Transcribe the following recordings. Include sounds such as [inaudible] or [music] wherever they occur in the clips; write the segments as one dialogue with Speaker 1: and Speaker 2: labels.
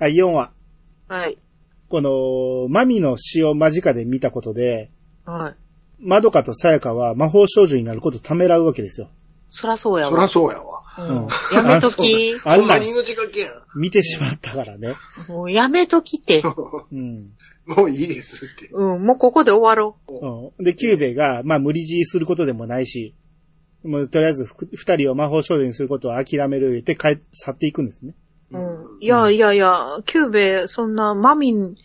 Speaker 1: はい、4話。
Speaker 2: はい。
Speaker 1: この、マミの死を間近で見たことで、
Speaker 2: はい。
Speaker 1: まどかとさやかは魔法少女になることをためらうわけですよ。
Speaker 2: そらそうや
Speaker 3: そら
Speaker 2: わ。
Speaker 3: そうやわ。
Speaker 2: うんやめと [laughs] き。
Speaker 1: あ
Speaker 3: ほん
Speaker 1: ん
Speaker 3: ま
Speaker 1: な
Speaker 3: に命がけやん。 [laughs]
Speaker 1: 見てしまったからね。
Speaker 2: もうやめときって。
Speaker 1: うん。
Speaker 3: もういいですって。
Speaker 2: うん、もうここで終わろ
Speaker 1: うん、で、キューベが、まあ無理強いすることでもないし、もうとりあえずふく二人を魔法少女にすることを諦める言って帰、去っていくんですね。
Speaker 2: う。うん。いやいやいや、キューベ、そんな、マミン、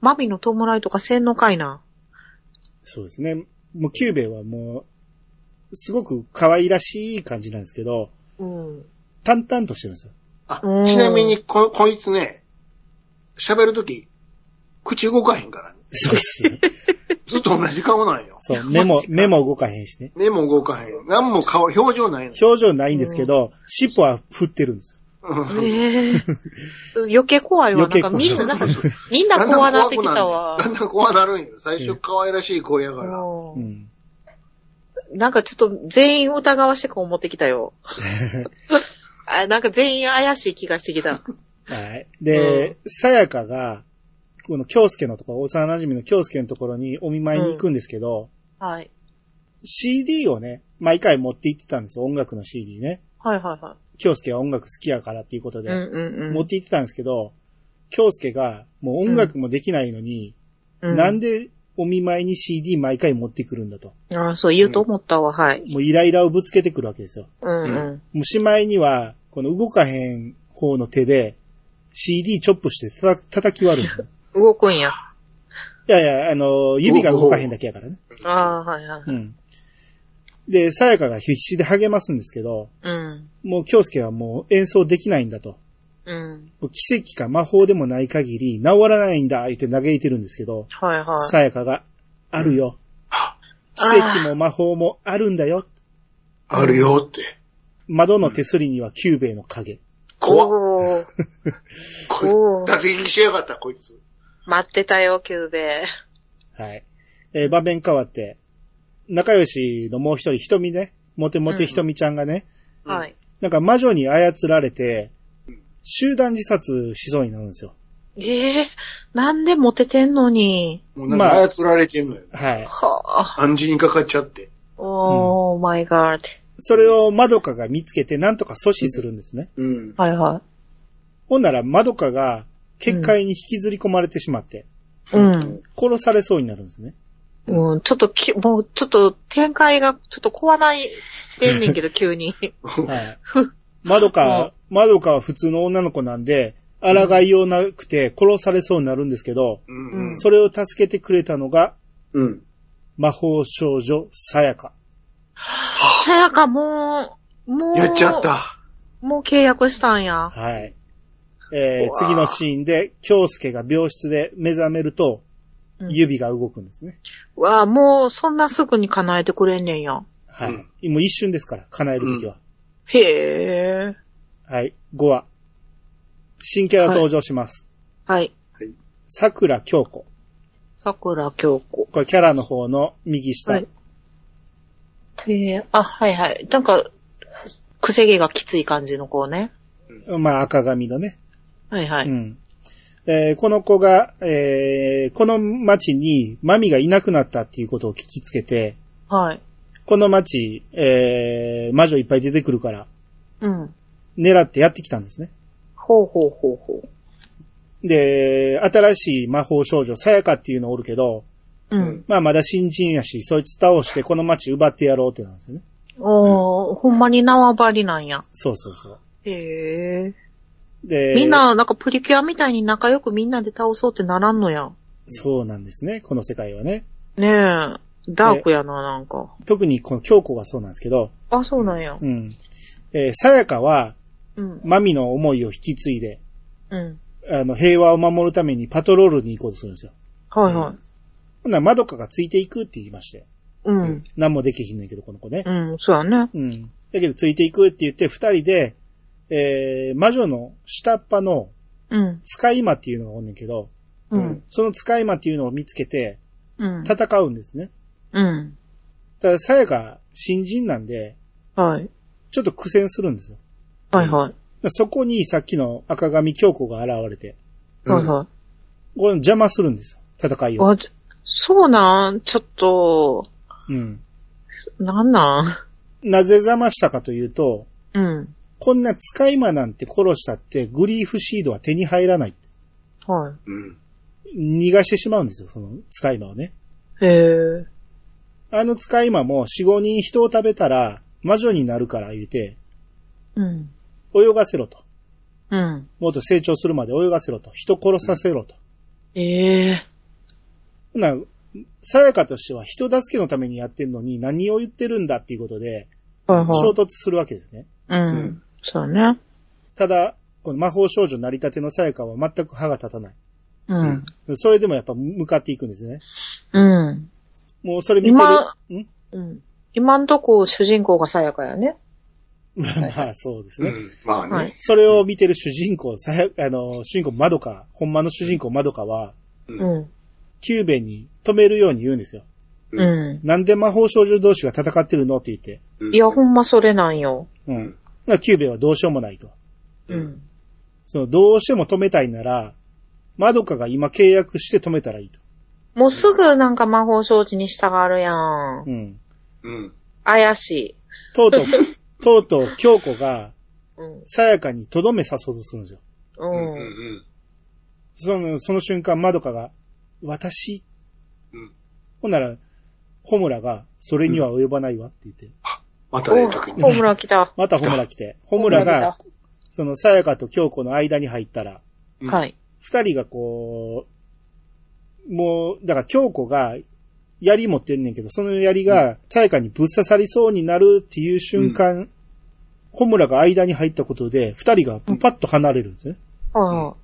Speaker 2: マミの弔いとかせんのかいな。
Speaker 1: そうですね。もうキューベはもう、すごく可愛らしい感じなんですけど、
Speaker 2: うん。
Speaker 1: 淡々としてるんですよ。
Speaker 3: あ
Speaker 2: うん、
Speaker 3: ちなみにこ、こいつね、喋るとき、口動かへんからね。
Speaker 1: そうですね。
Speaker 3: ずっと同じ顔なんよ。
Speaker 1: そう、目も、目も動かへんしね。
Speaker 3: 目も動かへん。何も顔、表情ないの。
Speaker 1: 表情ないんですけど、尻尾は振ってるんですよ。
Speaker 3: うん
Speaker 2: ええ余計怖いわ。なんか
Speaker 1: 余
Speaker 2: み
Speaker 1: 計
Speaker 2: ん
Speaker 1: 怖
Speaker 2: な、
Speaker 1: い
Speaker 2: なんか、みん
Speaker 3: だ
Speaker 2: なん
Speaker 3: だん
Speaker 2: [laughs] 怖なっ
Speaker 3: 怖
Speaker 2: て
Speaker 3: く
Speaker 2: き
Speaker 3: なる
Speaker 2: たわ。
Speaker 3: だんだん怖なるんよ。最初可愛らしい声やから。
Speaker 2: う
Speaker 1: うんん。
Speaker 2: なんかちょっと全員疑わしく思ってきた [laughs] よ。あなんか全員怪しい気がしてきた。
Speaker 1: はい。で、さやかが、この京介のところ、幼馴染の京介のところにお見舞いに行くんですけど、
Speaker 2: はい。
Speaker 1: CD をね、毎回持って行ってたんですよ。音楽の CD ね。
Speaker 2: はいはいは
Speaker 1: 京介は音楽好きやからっていうこと
Speaker 2: い。
Speaker 1: で、
Speaker 2: うんうんうん。
Speaker 1: 持って行ってたんですけど、京介がもう音楽もできないのに、
Speaker 2: うん
Speaker 1: なんでお見舞いに CD 毎回持ってくるんだと。
Speaker 2: あそう言うと思ったわ、はい。
Speaker 1: もうイライラをぶつけてくるわけですよ。
Speaker 2: うんう。
Speaker 3: うん
Speaker 1: もうしまいには、この動かへん方の手で、CD チョップしてた叩き割るんですよ。 [laughs]
Speaker 2: 動くんや。あ
Speaker 1: いやいや、あの、指が動かへんだけやからね。
Speaker 2: あー、はいはい。
Speaker 1: うん。で、さやかが必死で励ますんですけど、
Speaker 2: うん。
Speaker 1: もう京介はもう演奏できないんだと。
Speaker 2: うん。
Speaker 1: もう奇跡か魔法でもない限り治らないんだ、言って嘆いてるんですけど、
Speaker 2: はいはい。
Speaker 1: さやかが、あるよ。奇跡も魔法もあるんだよ。
Speaker 3: あるよって。
Speaker 1: 窓の手すりにはキューベイの影。
Speaker 3: 怖っ。
Speaker 2: おー
Speaker 3: こいつ、打撃しやがった、こいつ。
Speaker 2: 待ってたよ、キューベ。
Speaker 1: はい。えー場面変わって、仲良しのもう一人、ひとみね、モテモテひとみちゃんがね、
Speaker 3: うん
Speaker 2: はい。
Speaker 1: なんか魔女に操られて、集団自殺しそうになるんですよ。
Speaker 2: ええなんでモテてんのに。
Speaker 3: もうなんか操られてんのよ。
Speaker 1: はい。
Speaker 2: はあ。
Speaker 3: 暗示にかかっちゃって。
Speaker 2: おー、マイガーって。
Speaker 1: それをまどかが見つけて、なんとか阻止するんですね。
Speaker 3: うん。
Speaker 2: はいは
Speaker 1: ほんなら、まどかが、結界に引きずり込まれてしまって、
Speaker 2: い。うん。
Speaker 1: 殺されそうになるんですね。
Speaker 2: うん、ちょっとき、もう、ちょっと、展開が、ちょっと怖ない、でんねんけど、急に。
Speaker 1: はい。まどか、まどかは普通の女の子なんで、抗いようなくて殺されそうになるんですけど、
Speaker 3: うん。
Speaker 1: それを助けてくれたのが、
Speaker 3: うん。
Speaker 1: 魔法少女さやか。
Speaker 2: さやか、もう、もう、
Speaker 3: やっちゃっ。た。
Speaker 2: もう契約したんや。
Speaker 1: はい。え
Speaker 2: う
Speaker 1: ー、
Speaker 2: わ
Speaker 1: 次のシーンで、京介が病室で目覚めると、
Speaker 2: うん
Speaker 1: 指が動くんですね。
Speaker 2: わあ、もう、そんなすぐに叶えてくれんねんや。
Speaker 1: はい。
Speaker 3: うん
Speaker 1: もう一瞬ですから、叶えるときは。
Speaker 2: へえ。
Speaker 1: はい。5話。新キャラ登場します。
Speaker 2: はい。
Speaker 1: 桜京子。
Speaker 2: 桜京子。
Speaker 1: これキャラの方の右下。
Speaker 2: はいへえ、あ、はいはい。なんか、くせ毛がきつい感じの子ね。
Speaker 1: まあ赤髪のね。
Speaker 2: はいは
Speaker 1: う
Speaker 2: い。
Speaker 1: ん。えーこの子が、えーこの町にマミがいなくなったっていうことを聞きつけて、
Speaker 2: はい。
Speaker 1: この町、えー魔女いっぱい出てくるから、
Speaker 2: うん。
Speaker 1: 狙ってやってきたんですね。
Speaker 2: ほうほうほうほ
Speaker 1: で、新しい魔法少女、さやかっていうのおるけど、
Speaker 2: う。うん。
Speaker 1: まあまだ新人やし、そいつ倒してこの町奪ってやろうってなんですよね。
Speaker 2: おー、ほんまに縄張りなんや。
Speaker 1: そうそうそう。
Speaker 2: へえ。
Speaker 1: で、
Speaker 2: みんな、なんかプリキュアみたいに仲良くみんなで倒そうってならんのや。
Speaker 1: そうなんですね、この世界はね。
Speaker 2: ねえ。ダークやな、なんか。
Speaker 1: 特にこの京子がそうなんですけど、
Speaker 2: あ、そうなんや。
Speaker 1: うん。えーさやかは、
Speaker 2: うん。
Speaker 1: マミの思いを引き継いで、
Speaker 2: うん。
Speaker 1: あの、平和を守るためにパトロールに行こうとするんですよ。
Speaker 2: はいはい。
Speaker 1: ほんなら、まどかがついていくって言いまして。
Speaker 2: うん。
Speaker 1: 何もできひんねんけど、この子ね。
Speaker 2: うん、そうやね。
Speaker 1: うん。だけど、ついていくって言って、二人で、えー、魔女の下っ端の
Speaker 2: うん。
Speaker 1: 使い魔っていうのがおんねんけど、
Speaker 2: うん。
Speaker 1: その使い魔っていうのを見つけて、
Speaker 2: うん。
Speaker 1: 戦うんですね。
Speaker 2: うん。
Speaker 1: ただ、さやか、新人なんで、
Speaker 2: はい。
Speaker 1: ちょっと苦戦するんですよ。
Speaker 2: はいはい。
Speaker 1: そこにさっきの赤髪京子が現れて、
Speaker 2: はいは
Speaker 1: これ邪魔するんですよ。戦い
Speaker 2: い。
Speaker 1: を。
Speaker 2: あちょそうなんちょっと、
Speaker 1: うん。
Speaker 2: なんな
Speaker 1: なぜ邪魔したかというと、
Speaker 2: んうん。
Speaker 1: こんな使い魔なんて殺したって、グリーフシードは手に入らない。
Speaker 2: は
Speaker 3: うん。
Speaker 1: 逃がしてしまうんですよ、その使い魔をね。
Speaker 2: い。へえ。
Speaker 1: あの使い魔も4、5人人を食べたら魔女になるから言うて、
Speaker 2: うん。
Speaker 1: 泳がせろと。
Speaker 2: うん。
Speaker 1: もっと成長するまで泳がせろと。人殺させろと。
Speaker 2: ええ。
Speaker 1: ほな、さやかとしては人助けのためにやってんのに何を言ってるんだっていうことで、
Speaker 2: はい
Speaker 1: 衝
Speaker 2: はい。
Speaker 1: 突するわけですね。
Speaker 2: うん。そうだね。
Speaker 1: ただ、この魔法少女成り立てのさやかは全く歯が立たない。
Speaker 2: うん。
Speaker 1: それでもやっぱ向かっていくんですね。
Speaker 2: うん。
Speaker 1: もうそれ見て
Speaker 2: 今、
Speaker 1: る。ん
Speaker 2: うん。今んとこ主人公がさやかやね。
Speaker 1: [laughs] まあそうですね。
Speaker 3: うんまあ
Speaker 2: は
Speaker 3: ね
Speaker 2: い。。
Speaker 1: それを見てる主人公、さや、あの、主人公まどか、ほんまの主人公まどかは、
Speaker 2: うん。
Speaker 1: キューベに止めるように言うんですよ。
Speaker 2: う
Speaker 1: なんで魔法少女同士が戦ってるのって言って。
Speaker 3: うん
Speaker 2: ん。いや、ほんまそれなんよ。
Speaker 1: うん。だからキューベはどうしようもないと。
Speaker 2: うん。
Speaker 1: その、どうしても止めたいなら、まどかが今契約して止めたらいいと。
Speaker 2: もうすぐなんか魔法承知に従うやん。
Speaker 1: うん。
Speaker 3: うん。
Speaker 2: 怪し
Speaker 1: とうとう、と [laughs] うとう、京子が、
Speaker 2: い。うん。
Speaker 1: さやかにとどめさそうとするんですよ。
Speaker 3: う。
Speaker 2: うん。
Speaker 3: うんん。
Speaker 1: その、その瞬間、まどかが、私
Speaker 3: うん
Speaker 1: ほんなら、ホムラが、それには及ばないわって言って。
Speaker 3: また
Speaker 2: お
Speaker 3: ね、
Speaker 2: う
Speaker 3: 特に。
Speaker 2: ホームラン来た。
Speaker 1: またホムラ来て。ホムラが、その、さやかと京子の間に入ったら、
Speaker 3: うん
Speaker 2: は。い。
Speaker 1: 二人がこう、もう、だから京子が、槍持ってんねんけど、その槍が、さやかにぶっ刺さりそうになるっていう瞬間、ホムラが間に入ったことで、二人がパッと離れるんですね。
Speaker 2: は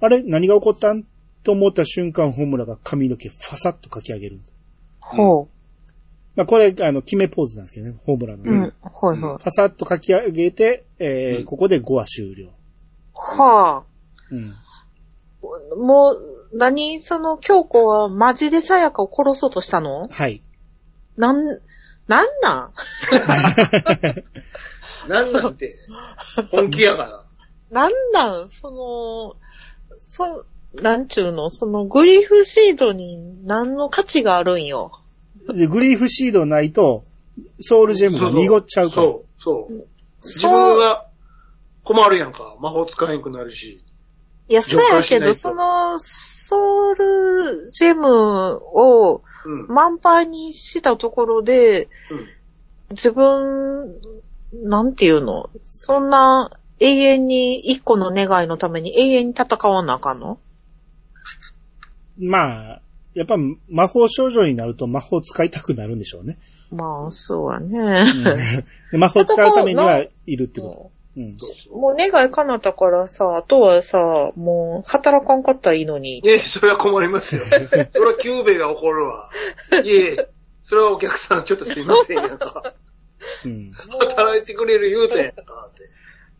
Speaker 1: あれ何が起こったんと思った瞬間、ホムラが髪の毛ファサッとかき上げるんです。
Speaker 2: い。ほ
Speaker 1: まあ、これ、あの、決めポーズなんですけどね、ホムラの
Speaker 2: う。
Speaker 1: ね、
Speaker 2: う
Speaker 3: うんん。
Speaker 2: はいは
Speaker 1: フ
Speaker 2: い。
Speaker 1: ァサッとかき上げて、えー
Speaker 3: うん
Speaker 1: ここで5話終了。
Speaker 2: はあ。
Speaker 1: うん。
Speaker 2: もう、何その、京子はマジでさやかを殺そうとしたの
Speaker 1: はい。
Speaker 2: なん、なんなん
Speaker 3: なんなんて、本気やから。
Speaker 2: なんなんその、そ、なんちゅうのその、グリーフシードに何の価値があるんよ。
Speaker 1: で、グリーフシードないと、ソウルジェムが濁っちゃうから。
Speaker 3: そう、そう。自分
Speaker 2: そう、
Speaker 3: が困るやんか。魔法使えんくなるし。
Speaker 2: いや、そうやけ
Speaker 3: 浄化しない
Speaker 2: ど、
Speaker 3: と
Speaker 2: その、ソウルジェムを
Speaker 3: うん。
Speaker 2: 満杯にしたところで、
Speaker 3: うん
Speaker 2: 自分、なんていうのそんな、永遠に、一個の願いのために永遠に戦わなあかんの
Speaker 1: まあ、やっぱ魔法少女になると魔法使いたくなるんでしょうね。
Speaker 2: まあ、そうやね。
Speaker 1: で [laughs] 魔法使うためにはいるってこ
Speaker 2: も
Speaker 1: と。うん。
Speaker 3: そうそう
Speaker 2: う願い叶ったからさ、あとはさ、もう働かんかったらいいのに。
Speaker 3: いや、それは困り
Speaker 2: [laughs]
Speaker 3: ますよ。それはキューベが怒るわ。いえいえ、それはお客さんちょっとすいませんやんか。
Speaker 1: うん。
Speaker 3: 働いてくれる言うたやんかって。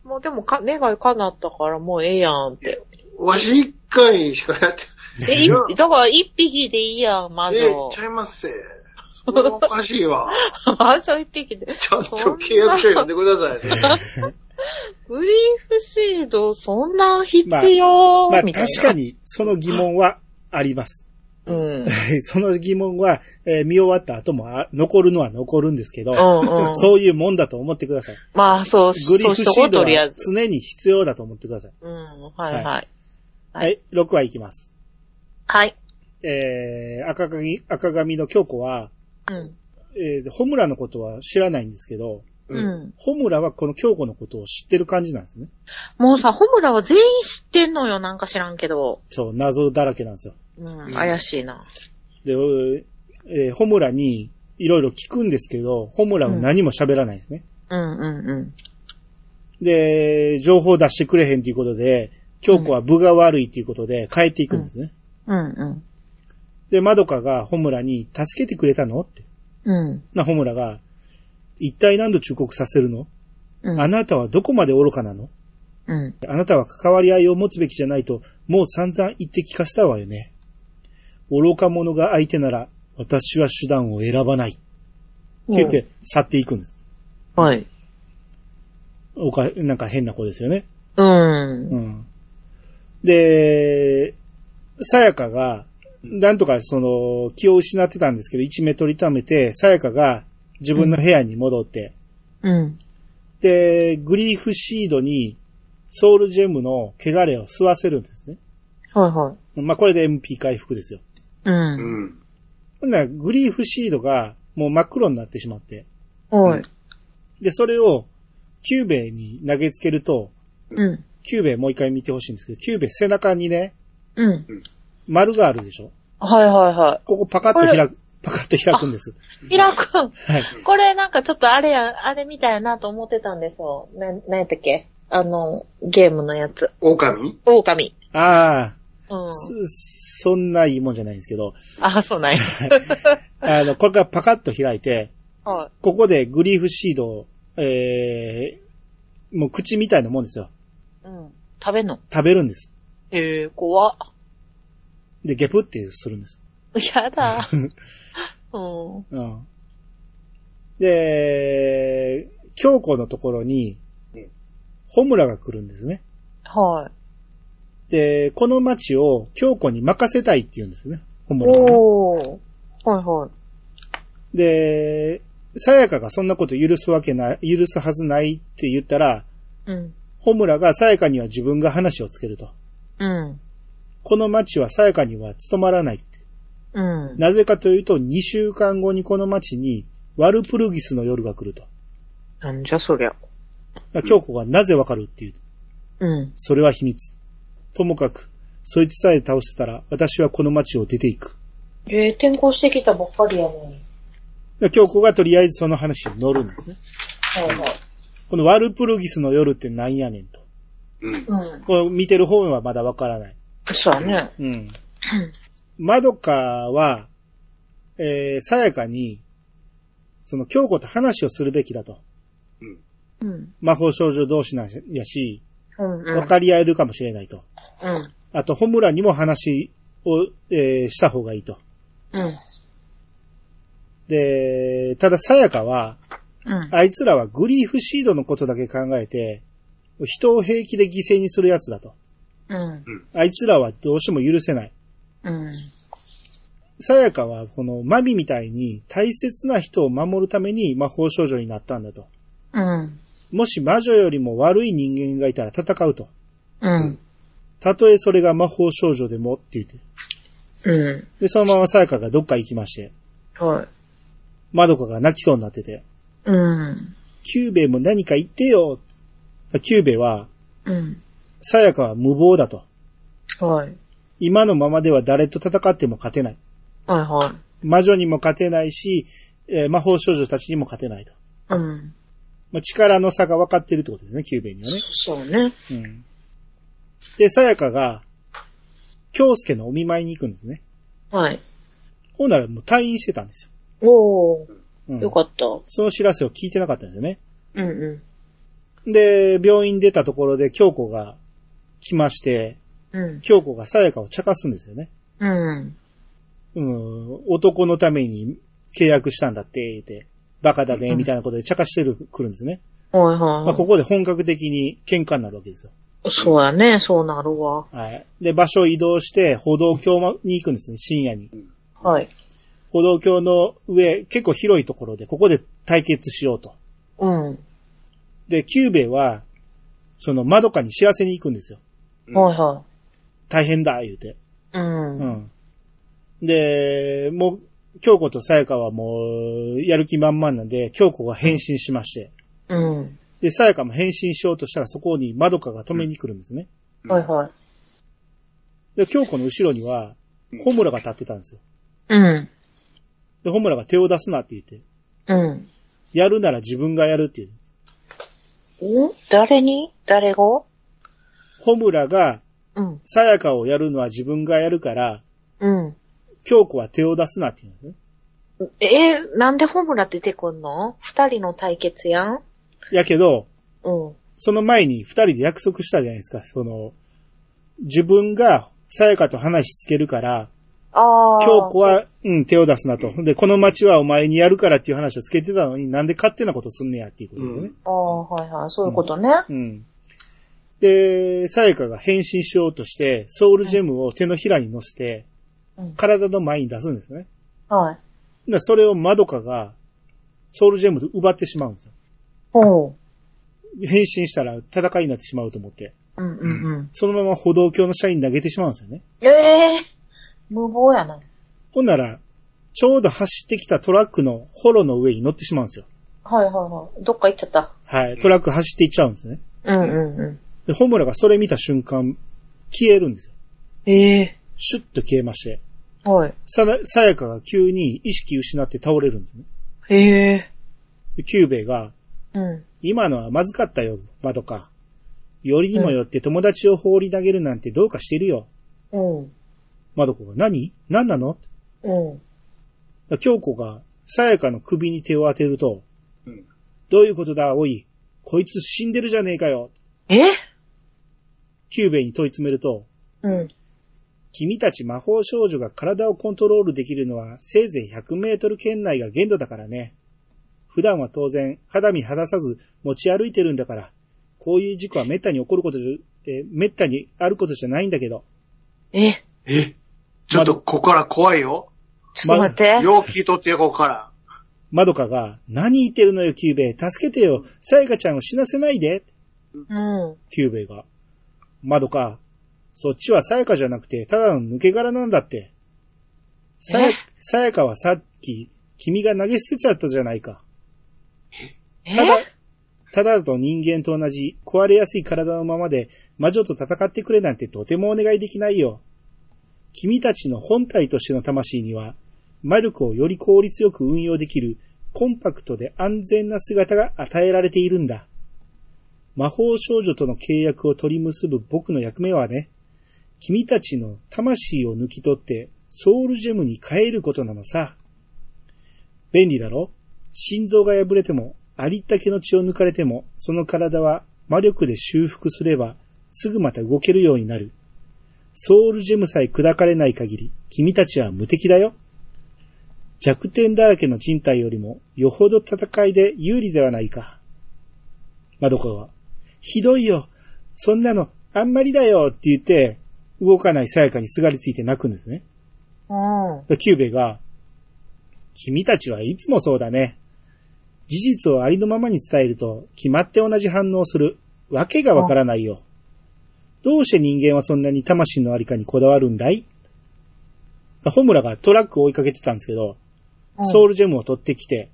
Speaker 2: もうでもか、願い叶ったからもうええやんって。
Speaker 3: わし一回しかやって、
Speaker 2: え、いだから一匹でいいやん、魔
Speaker 3: え
Speaker 2: [laughs]
Speaker 3: え
Speaker 2: 女
Speaker 3: ち。ゃいますせ。それはおかしいわ。
Speaker 2: 魔女一匹で。
Speaker 3: ちゃんと契約書読んでくださいね。
Speaker 2: グリーフシード、そんな必要、
Speaker 1: まあ
Speaker 2: み
Speaker 1: 確
Speaker 2: たいな。
Speaker 1: かにその疑問はあります。 [laughs]
Speaker 2: うん。
Speaker 1: その疑問は、えー見終わった後もあ残るのは残るんですけど、
Speaker 2: うんうん。
Speaker 1: そういうもんだと思ってください。
Speaker 2: まあ、そう、
Speaker 1: グリ
Speaker 2: そ
Speaker 1: フ
Speaker 2: うし
Speaker 1: シ
Speaker 2: とこ
Speaker 1: ー
Speaker 2: う、
Speaker 1: ド
Speaker 2: とりあえ
Speaker 1: は
Speaker 2: ず。
Speaker 1: 常に必要だと思ってください。
Speaker 2: うん、はいはい。は。
Speaker 1: はいはいい、6話いきます。
Speaker 2: はい、
Speaker 1: えー、赤髪、赤髪の京子は、
Speaker 2: うん。
Speaker 1: えー、ホムラのことは知らないんですけど、
Speaker 2: う
Speaker 3: うん
Speaker 2: ん。
Speaker 1: ホムラはこの京子のことを知ってる感じなんですね。
Speaker 2: もうさ、ホムラは全員知ってんのよ、なんか知らんけど。
Speaker 1: そう、謎だらけなんですよ。
Speaker 2: うん、怪しいな。
Speaker 1: で、えーホムラにいろいろ聞くんですけど、ホムラは何も喋らないですね。
Speaker 2: うんうんうん。
Speaker 1: で、情報出してくれへんということで、京子は部が悪いということで変えていくんですね。
Speaker 2: うん
Speaker 1: で、まどかがホムラに助けてくれたのって。
Speaker 2: うん。うん
Speaker 1: な、ホムラが、一体何度忠告させるの、
Speaker 2: うん。
Speaker 1: あなたはどこまで愚かなの
Speaker 2: うん。
Speaker 1: あなたは関わり合いを持つべきじゃないと、もう散々言って聞かせたわよね。愚か者が相手なら、私は手段を選ばない。って言って、去っていくんです。
Speaker 2: はい。
Speaker 1: おか、なんか変な子ですよね。
Speaker 2: うん。
Speaker 1: うん。で、さやかが、なんとかその、気を失ってたんですけど、一目取りためて、さやかが自分の部屋に戻って、
Speaker 2: うん。
Speaker 1: で、グリーフシードに、ソウルジェムの汚れを吸わせるんですね。
Speaker 2: はいはい。
Speaker 1: まあ、これで MP 回復ですよ。
Speaker 2: う。
Speaker 3: うんん。
Speaker 1: ほんならグリーフシードがもう真っ黒になってしまって、
Speaker 2: はい。
Speaker 1: で、それを、キューベに投げつけると、
Speaker 2: うん。
Speaker 1: キューベもう一回見てほしいんですけど、キューベ背中にね、
Speaker 2: うん。
Speaker 1: 丸があるでしょ
Speaker 2: はいはいは
Speaker 1: ここパカッと開く、パカッと開くんです。
Speaker 2: い。平く
Speaker 1: は
Speaker 2: ん、
Speaker 1: い。
Speaker 2: これなんかちょっとあれや、あれみたいやなと思ってたんですよ。な、なんやったっけあの、ゲームのやつ。
Speaker 3: 狼
Speaker 2: 狼。
Speaker 1: あ
Speaker 2: うん
Speaker 1: あ、。そそんないいもんじゃないんですけど、
Speaker 2: あ、そうなんや。
Speaker 1: あの、これからパカッと開いて、
Speaker 2: は
Speaker 1: ここでグリーフシードを、えー、もう口みたいなもんですよ。
Speaker 2: い。うん。食べんの
Speaker 1: 食べるんです。
Speaker 2: へえ、怖っ。
Speaker 1: で、ゲプってするんです。
Speaker 2: やだ。うん。
Speaker 1: うん。で、京子のところに
Speaker 3: うん、
Speaker 1: ホムラが来るんですね。
Speaker 2: はい。
Speaker 1: で、この町を京子に任せたいって言うんですね。ホムラがね、
Speaker 2: おー。はいはい。
Speaker 1: で、さやかがそんなこと許すわけない、許すはずないって言ったら、
Speaker 2: うん。
Speaker 1: ホムラがさやかには自分が話をつけると。
Speaker 2: うん。
Speaker 1: この町はさやかには務まらないって。
Speaker 2: うん。
Speaker 1: なぜかというと、2週間後にこの町に、ワルプルギスの夜が来ると。
Speaker 2: なんじゃそりゃ。
Speaker 1: だから京子がなぜわかるっていう。
Speaker 2: うん。
Speaker 1: それは秘密。ともかく、そいつさえ倒してたら、私はこの町を出ていく。
Speaker 2: えー、転校してきたばっかりやのに。
Speaker 1: だから京子がとりあえずその話を乗るんですね。
Speaker 2: はいはい。
Speaker 1: このワルプルギスの夜ってなんやねんと。
Speaker 3: うん。
Speaker 2: うん。
Speaker 1: これ見てる方はまだわからない。
Speaker 2: そうやね。
Speaker 1: うん。まどかは、えー、さやかに、その京子と話をするべきだと。
Speaker 3: うん。
Speaker 2: うん。
Speaker 1: 魔法少女同士なんやし、
Speaker 2: うん。うん
Speaker 1: 分かり合えるかもしれないと。
Speaker 2: うん。
Speaker 1: あと、ホムラにも話を、えーした方がいいと。
Speaker 2: うん。
Speaker 1: で、ただ、さやかは、
Speaker 2: うん。
Speaker 1: あいつらはグリーフシードのことだけ考えて、人を平気で犠牲にするやつだと。
Speaker 2: うん。
Speaker 1: あいつらはどうしても許せない。
Speaker 2: うん。
Speaker 1: さやかは、このマミみたいに大切な人を守るために魔法少女になったんだと。
Speaker 2: うん。
Speaker 1: もし魔女よりも悪い人間がいたら戦うと。
Speaker 2: うん。
Speaker 1: たとえそれが魔法少女でもって言って。
Speaker 2: うん。
Speaker 1: で、そのままさやかがどっか行きまして、
Speaker 2: はい。
Speaker 1: まどかが泣きそうになってて、
Speaker 2: うん。
Speaker 1: キューベイも何か言ってよ。キューベイは、
Speaker 2: うん。
Speaker 1: さやかは無謀だと。
Speaker 2: はい。
Speaker 1: 今のままでは誰と戦っても勝てない。
Speaker 2: はいは
Speaker 1: 魔女にも勝てないし、えー魔法少女たちにも勝てないと。
Speaker 2: い。うん。
Speaker 1: まあ、力の差が分かってるってことですね、キューベイにはね。
Speaker 2: そうね。
Speaker 1: うん。で、さやかが、京介のお見舞いに行くんですね。
Speaker 2: はい。
Speaker 1: ほんならもう退院してたんですよ。
Speaker 2: おー。
Speaker 1: うん、
Speaker 2: よかった。
Speaker 1: その知らせを聞いてなかったんですよね。
Speaker 2: うんう
Speaker 1: で、病院出たところで京子が来まして、
Speaker 2: ん。うん。
Speaker 1: 京子がさやかを茶化すんですよね。
Speaker 2: うん。
Speaker 1: うん、男のために契約したんだって、言って、バカだね、
Speaker 2: うん
Speaker 1: みたいなことで茶化してる、くるんですね。
Speaker 2: はい
Speaker 1: まあ、
Speaker 2: は
Speaker 1: ここで本格的に喧嘩になるわけですよ。
Speaker 2: い。そうやね。そうなるわ。
Speaker 1: はい。で、場所を移動して、歩道橋に行くんですね、深夜に。
Speaker 2: はい。
Speaker 1: 歩道橋の上、結構広いところで、ここで対決しようと。
Speaker 2: うん。
Speaker 1: で、キューベは、その、まどかに幸せに行くんですよ。
Speaker 2: はいは
Speaker 1: 大変だ、言うて。
Speaker 2: い。うん。
Speaker 1: う
Speaker 2: うん。
Speaker 1: ん。で、もう、京子とさやかはもう、やる気満々なんで、京子が変身しまして。
Speaker 2: うん。
Speaker 1: で、さやかも変身しようとしたら、そこにまどかが止めに来るんですね。
Speaker 2: はいはい。
Speaker 1: で、京子の後ろには
Speaker 3: うん、
Speaker 1: ホムラが立ってたんですよ。
Speaker 2: うん。
Speaker 1: で、ホムラが手を出すなって言って、
Speaker 2: うん。
Speaker 1: やるなら自分がやるっていう。
Speaker 2: ん誰に誰が
Speaker 1: ホムラが、
Speaker 2: うん。
Speaker 1: さやかをやるのは自分がやるから、
Speaker 2: うん。
Speaker 1: 京子は手を出すなって言うんですね。
Speaker 2: え、なんでホムラ出てくんの二人の対決やん
Speaker 1: やけど、
Speaker 2: うん。
Speaker 1: その前に二人で約束したじゃないですか。その、自分がさやかと話つけるから、
Speaker 2: ああ。
Speaker 1: 京子は、うん、手を出すなと。で、この町はお前にやるからっていう話をつけてたのに、なんで勝手なことすんねやっていうことでね。
Speaker 2: ああ、はいはい、そういうことね。
Speaker 1: うん。で、さやかが変身しようとして、ソウルジェムを手のひらに乗せて
Speaker 2: うん、
Speaker 1: 体の前に出すんですね。
Speaker 2: はい。
Speaker 1: でそれをマドカが、ソウルジェムで奪ってしまうんですよ。
Speaker 2: ほ
Speaker 1: 変身したら戦いになってしまうと思って。
Speaker 2: う。うんうんうん。
Speaker 1: そのまま歩道橋の下に投げてしまうんですよね。
Speaker 2: ええ無謀やな。
Speaker 1: ほんなら、ちょうど走ってきたトラックのホロの上に乗ってしまうんですよ。
Speaker 2: はいはいはい。どっか行っちゃった。
Speaker 1: はい。トラック走っていっちゃうんですね。
Speaker 2: うんうんうん。
Speaker 1: で、ホムラがそれ見た瞬間、消えるんですよ。
Speaker 2: ええ
Speaker 1: シュッと消えまして。
Speaker 2: はい。
Speaker 1: さな、さやかが急に意識失って倒れるんですね。
Speaker 2: ええ
Speaker 1: でキューベイが、
Speaker 2: うん。ま
Speaker 1: 今のはまずかったよ、マドカ。よりにもよって友達を放り投げるなんてどうかしてるよ。
Speaker 2: うん。
Speaker 1: マドコが何何なの
Speaker 2: うん。
Speaker 1: 京子が、さやかの首に手を当てると、
Speaker 3: うん
Speaker 1: どういうことだ、おい。こいつ死んでるじゃねえかよ。
Speaker 2: え
Speaker 1: キューベイに問い詰めると、
Speaker 2: うん。
Speaker 1: 君たち魔法少女が体をコントロールできるのはせいぜい100メートル圏内が限度だからね。普段は当然、肌身離さず持ち歩いてるんだから、こういう事故は滅多に起こることじゃ、えー、滅多にあることじゃないんだけど。
Speaker 2: え
Speaker 3: えちょっとここから怖いよ。
Speaker 2: ちょっと待って。
Speaker 3: よう聞いとってよ、ここから。
Speaker 1: まどかが、何言ってるのよ、キューベイ。助けてよ。さやかちゃんを死なせないで。
Speaker 2: うん。
Speaker 1: キューベイが。まどか、そっちはさやかじゃなくて、ただの抜け殻なんだって。さや
Speaker 2: え、
Speaker 1: さやかはさっき、君が投げ捨てちゃったじゃないか。
Speaker 2: え
Speaker 1: ただ、ただと人間と同じ壊れやすい体のままで魔女と戦ってくれなんてとてもお願いできないよ。君たちの本体としての魂には、魔力をより効率よく運用できるコンパクトで安全な姿が与えられているんだ。魔法少女との契約を取り結ぶ僕の役目はね、君たちの魂を抜き取ってソウルジェムに変えることなのさ。便利だろ心臓が破れても、ありったけの血を抜かれても、その体は魔力で修復すれば、すぐまた動けるようになる。ソウルジェムさえ砕かれない限り、君たちは無敵だよ。弱点だらけの人体よりも、よほど戦いで有利ではないか。まどかは、ひどいよ。そんなの、あんまりだよって言って、動かないさやかにすがりついて泣くんですね。
Speaker 2: うん。
Speaker 1: キューベが、君たちはいつもそうだね。事実をありのままに伝えると、決まって同じ反応をする。わけがわからないよ。どうして人間はそんなに魂のありかにこだわるんだいホムラがトラックを追いかけてたんですけど、ソウルジェムを取ってきて、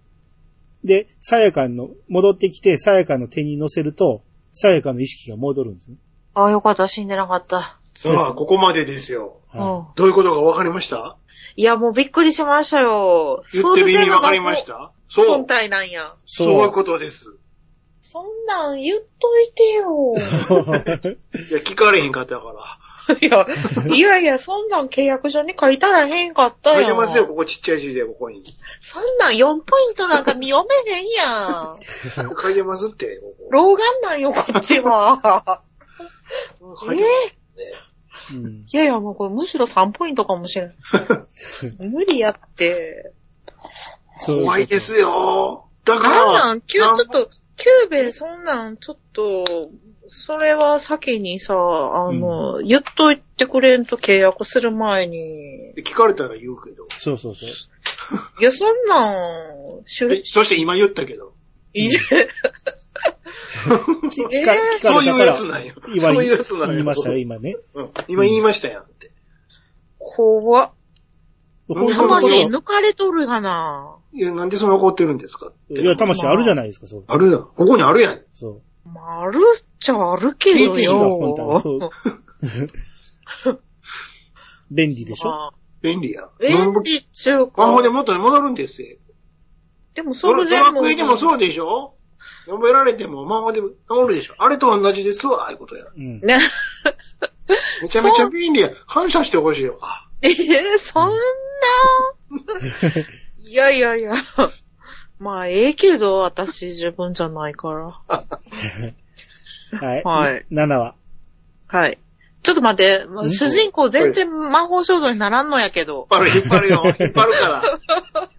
Speaker 1: で、サヤカンの、戻ってきて、サヤカンの手に乗せると、サヤカンの意識が戻るんですね。
Speaker 2: ああ、よかった。死んでなかった。
Speaker 3: さあ、ここまでですよ。
Speaker 1: は
Speaker 2: うん。
Speaker 3: どういうことが分かりました
Speaker 2: いや、もうびっくりしましたよ。
Speaker 3: 言ってる意味分かりましたそ
Speaker 2: 本
Speaker 3: う。
Speaker 2: 体なんや。
Speaker 1: い。
Speaker 3: そういうことです。
Speaker 2: そんなん言っといてよ。
Speaker 3: [laughs] いや、聞かれへんかったから。
Speaker 2: [laughs] いや、いやいや、そんなん契約書に書いたらへんかったや
Speaker 3: 書
Speaker 2: ん。
Speaker 3: いてますよ、ここちっちゃい字で、ここに。
Speaker 2: そんなん4ポイントなんか見読めへんやん。
Speaker 3: 書いてますって、ここ。
Speaker 2: 老眼なんよ、こっちは。
Speaker 3: 書い
Speaker 2: え
Speaker 3: てます
Speaker 1: うん
Speaker 2: いやいや、もうこれむしろ3ポイントかも
Speaker 1: [laughs]
Speaker 2: しれん。無理やって。
Speaker 1: そう
Speaker 3: 怖いですよ。だ
Speaker 2: あ
Speaker 3: か
Speaker 2: ん
Speaker 3: ら、
Speaker 2: なん、キュー、ちょっと、キューベそんなん、ちょっと、それは先にさ、あの、言っといてくれんと契約する前に。
Speaker 3: 聞かれたら言うけど。
Speaker 1: そうそうそう。
Speaker 2: いや、そんなん、し
Speaker 3: え
Speaker 2: ゅ、
Speaker 3: そして今言ったけど。
Speaker 2: いじ
Speaker 1: 聞か
Speaker 2: えー
Speaker 1: 聞か
Speaker 3: そう
Speaker 1: れ
Speaker 3: い
Speaker 1: た
Speaker 3: う
Speaker 1: か
Speaker 3: や
Speaker 1: ら
Speaker 3: つ、なんよ。そう
Speaker 1: 今
Speaker 3: いうやつなんよ。
Speaker 1: 言いましたよ、今ね。
Speaker 3: うん今言いましたやんって。
Speaker 2: 怖っ。
Speaker 3: うん
Speaker 2: 魂抜かれとるがな。
Speaker 3: いや、なんでそんな怒ってるんですかって。
Speaker 1: いや、魂あるじゃないですか、そう。
Speaker 3: あるやん。ここにあるやん。
Speaker 1: そう。
Speaker 2: まああるっちゃあるけど
Speaker 3: いい
Speaker 1: 魂
Speaker 3: よ
Speaker 1: が本体。そ
Speaker 2: よ
Speaker 1: う。
Speaker 3: [laughs]
Speaker 1: 便利でしょ
Speaker 2: まあ
Speaker 3: 便利やん。
Speaker 2: 便利っちゅうか
Speaker 3: 魔。法で元に戻るんですよ。
Speaker 2: でもソ
Speaker 3: ド
Speaker 2: ウル
Speaker 3: ラド
Speaker 2: ジェ
Speaker 3: ラ
Speaker 2: ム。
Speaker 3: クエでもそうでしょ読められても魔法で治るでしょあれと同じですわ、ああいうことや。
Speaker 1: うん。
Speaker 2: ね。
Speaker 3: めちゃめちゃ便利や。感謝してほしいよ。あ
Speaker 2: えーそん
Speaker 3: [laughs]
Speaker 2: な。いやいやいや。まあ、ええけど、私自分じゃないから。
Speaker 1: はい。
Speaker 2: はい
Speaker 1: 7話。
Speaker 2: はい。ちょっと待って、
Speaker 1: ん
Speaker 2: 主人公全然魔法少女にならんのやけど。
Speaker 3: 引っ張る、引っ張るよ。引っ張るから。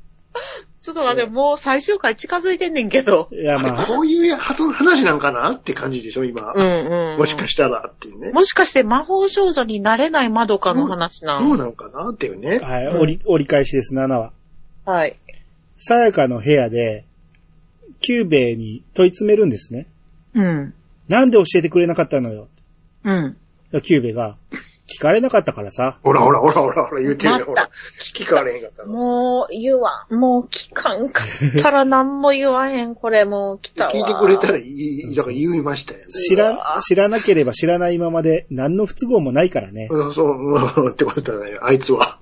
Speaker 2: ちょっと待って、もう最終回近づいてんねんけど。
Speaker 1: いや、ま
Speaker 3: あれ
Speaker 1: あ、
Speaker 3: こういうや初の話なんかなって感じでしょ、今
Speaker 2: う。んうん。
Speaker 3: もしか
Speaker 2: し
Speaker 3: したらっていうね。
Speaker 2: もしかして魔法少女になれないまどかの話な
Speaker 3: ど
Speaker 2: の、
Speaker 3: うなのかなっていうね。
Speaker 1: はい、折り、折り返しです、7話。
Speaker 2: はい。
Speaker 1: さやかの部屋で、キューベイに問い詰めるんですね。
Speaker 2: うん。
Speaker 1: なんで教えてくれなかったのよ。
Speaker 2: うん。
Speaker 1: キューベイが、聞かれなかったからさ。
Speaker 3: ほらほらほらほらほら言ってる
Speaker 2: また
Speaker 3: よ。ほら。聞き変われへんかったの。
Speaker 2: もう言わん。もう聞かんかったら何も言わへん。これもう来たわ。
Speaker 3: 聞いてくれたらいい、だから言いましたよね。
Speaker 1: 知ら、知らなければ知らないままで、何の不都合もないからね。
Speaker 3: うんそう、うんってことだね、あいつは。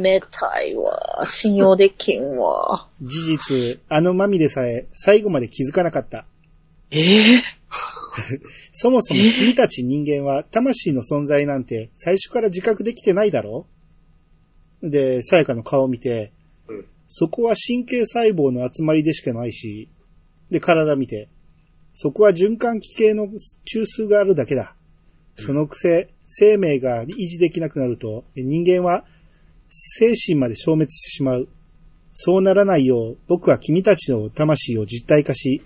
Speaker 2: 冷たいわ。信用できんわ。
Speaker 1: 事実、あのまみれさえ、最後まで気づかなかった。
Speaker 2: ええ
Speaker 1: [laughs] そもそも君たち人間は魂の存在なんて最初から自覚できてないだろで、さやかの顔を見て、
Speaker 3: うん
Speaker 1: そこは神経細胞の集まりでしかないし、で、体見て、そこは循環器系の中枢があるだけだ。そのくせ、生命が維持できなくなると、人間は精神まで消滅してしまう。そうならないよう、僕は君たちの魂を実体化し、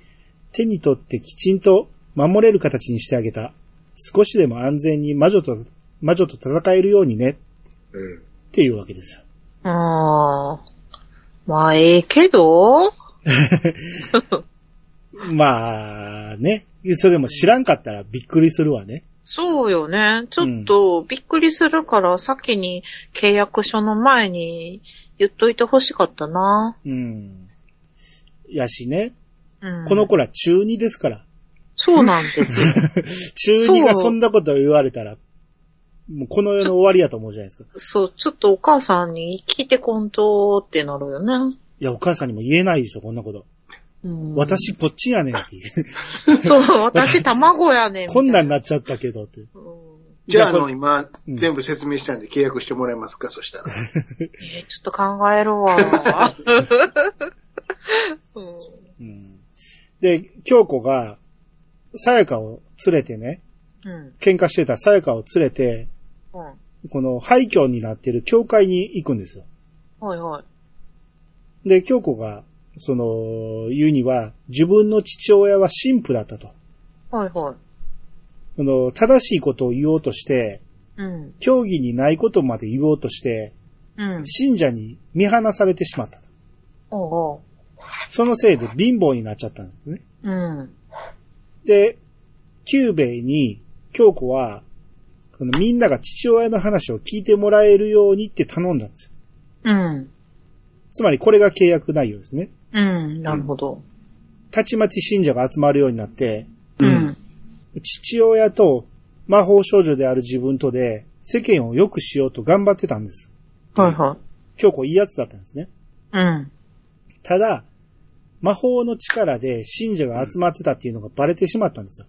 Speaker 1: 手に取ってきちんと守れる形にしてあげた。少しでも安全に魔女と、魔女と戦えるようにね、
Speaker 3: うん。
Speaker 1: っていうわけですよ。
Speaker 2: あー。まあ、ええけど、
Speaker 1: まあ、ね。それでも知らんかったらびっくりするわね。
Speaker 2: そうよね。ちょっとびっくりするから、先に契約書の前に言っといてほしかったな。
Speaker 1: うん。やしね。
Speaker 2: うん、
Speaker 1: この子ら中2ですから。
Speaker 2: そうなん
Speaker 1: [laughs]
Speaker 2: です
Speaker 1: 中
Speaker 2: よ。
Speaker 1: 2がそんなこと言われたら、もうこの世の終わりやと思うじゃないですか。
Speaker 2: そう、ちょっとお母さんに聞いてこんとってなるよね。
Speaker 1: いや、お母さんにも言えないでしょ、こんなこと。
Speaker 2: うん、
Speaker 1: 私、こっちやねんっていう。
Speaker 2: [laughs] そう、私卵やねん。
Speaker 1: こんなん
Speaker 2: みた
Speaker 1: ないっちゃったけどって。
Speaker 2: な。うん
Speaker 3: じゃあ、あ
Speaker 1: じゃあこ
Speaker 3: の、今、
Speaker 1: うん
Speaker 3: 全部説明したんで契約してもらえますか、そしたら。
Speaker 2: えーちょっと考える
Speaker 1: [laughs]
Speaker 2: わ。 [laughs] うん
Speaker 1: うん。で、京子が、さやかを連れてね、
Speaker 2: うん。
Speaker 1: 喧嘩してたさやかを連れて、
Speaker 2: うん。
Speaker 1: この廃墟になってる教会に行くんですよ。
Speaker 2: はいはい。
Speaker 1: で、京子が、その、言うには、自分の父親は神父だったと。
Speaker 2: はいはい。
Speaker 1: あの、正しいことを言おうとして、
Speaker 2: うん。
Speaker 1: 教義にないことまで言おうとして、
Speaker 2: うん。
Speaker 1: 信者に見放されてしまったと。
Speaker 2: おうお
Speaker 1: そのせいで貧乏になっちゃったんですね。
Speaker 2: う。うん。
Speaker 1: で、久兵衛に、京子は、このみんなが父親の話を聞いてもらえるようにって頼んだんですよ。
Speaker 2: うん。
Speaker 1: つまりこれが契約内容ですね。
Speaker 2: うん。なるほど。
Speaker 1: たちまち信者が集まるようになって、
Speaker 2: う
Speaker 3: うん
Speaker 2: ん。
Speaker 1: 父親と魔法少女である自分とで世間を良くしようと頑張ってたんです。
Speaker 2: はいは
Speaker 1: 京子いいやつだったんですね。
Speaker 2: い。うん。
Speaker 1: ただ、魔法の力で信者が集まってたっていうのがバレてしまったんですよ。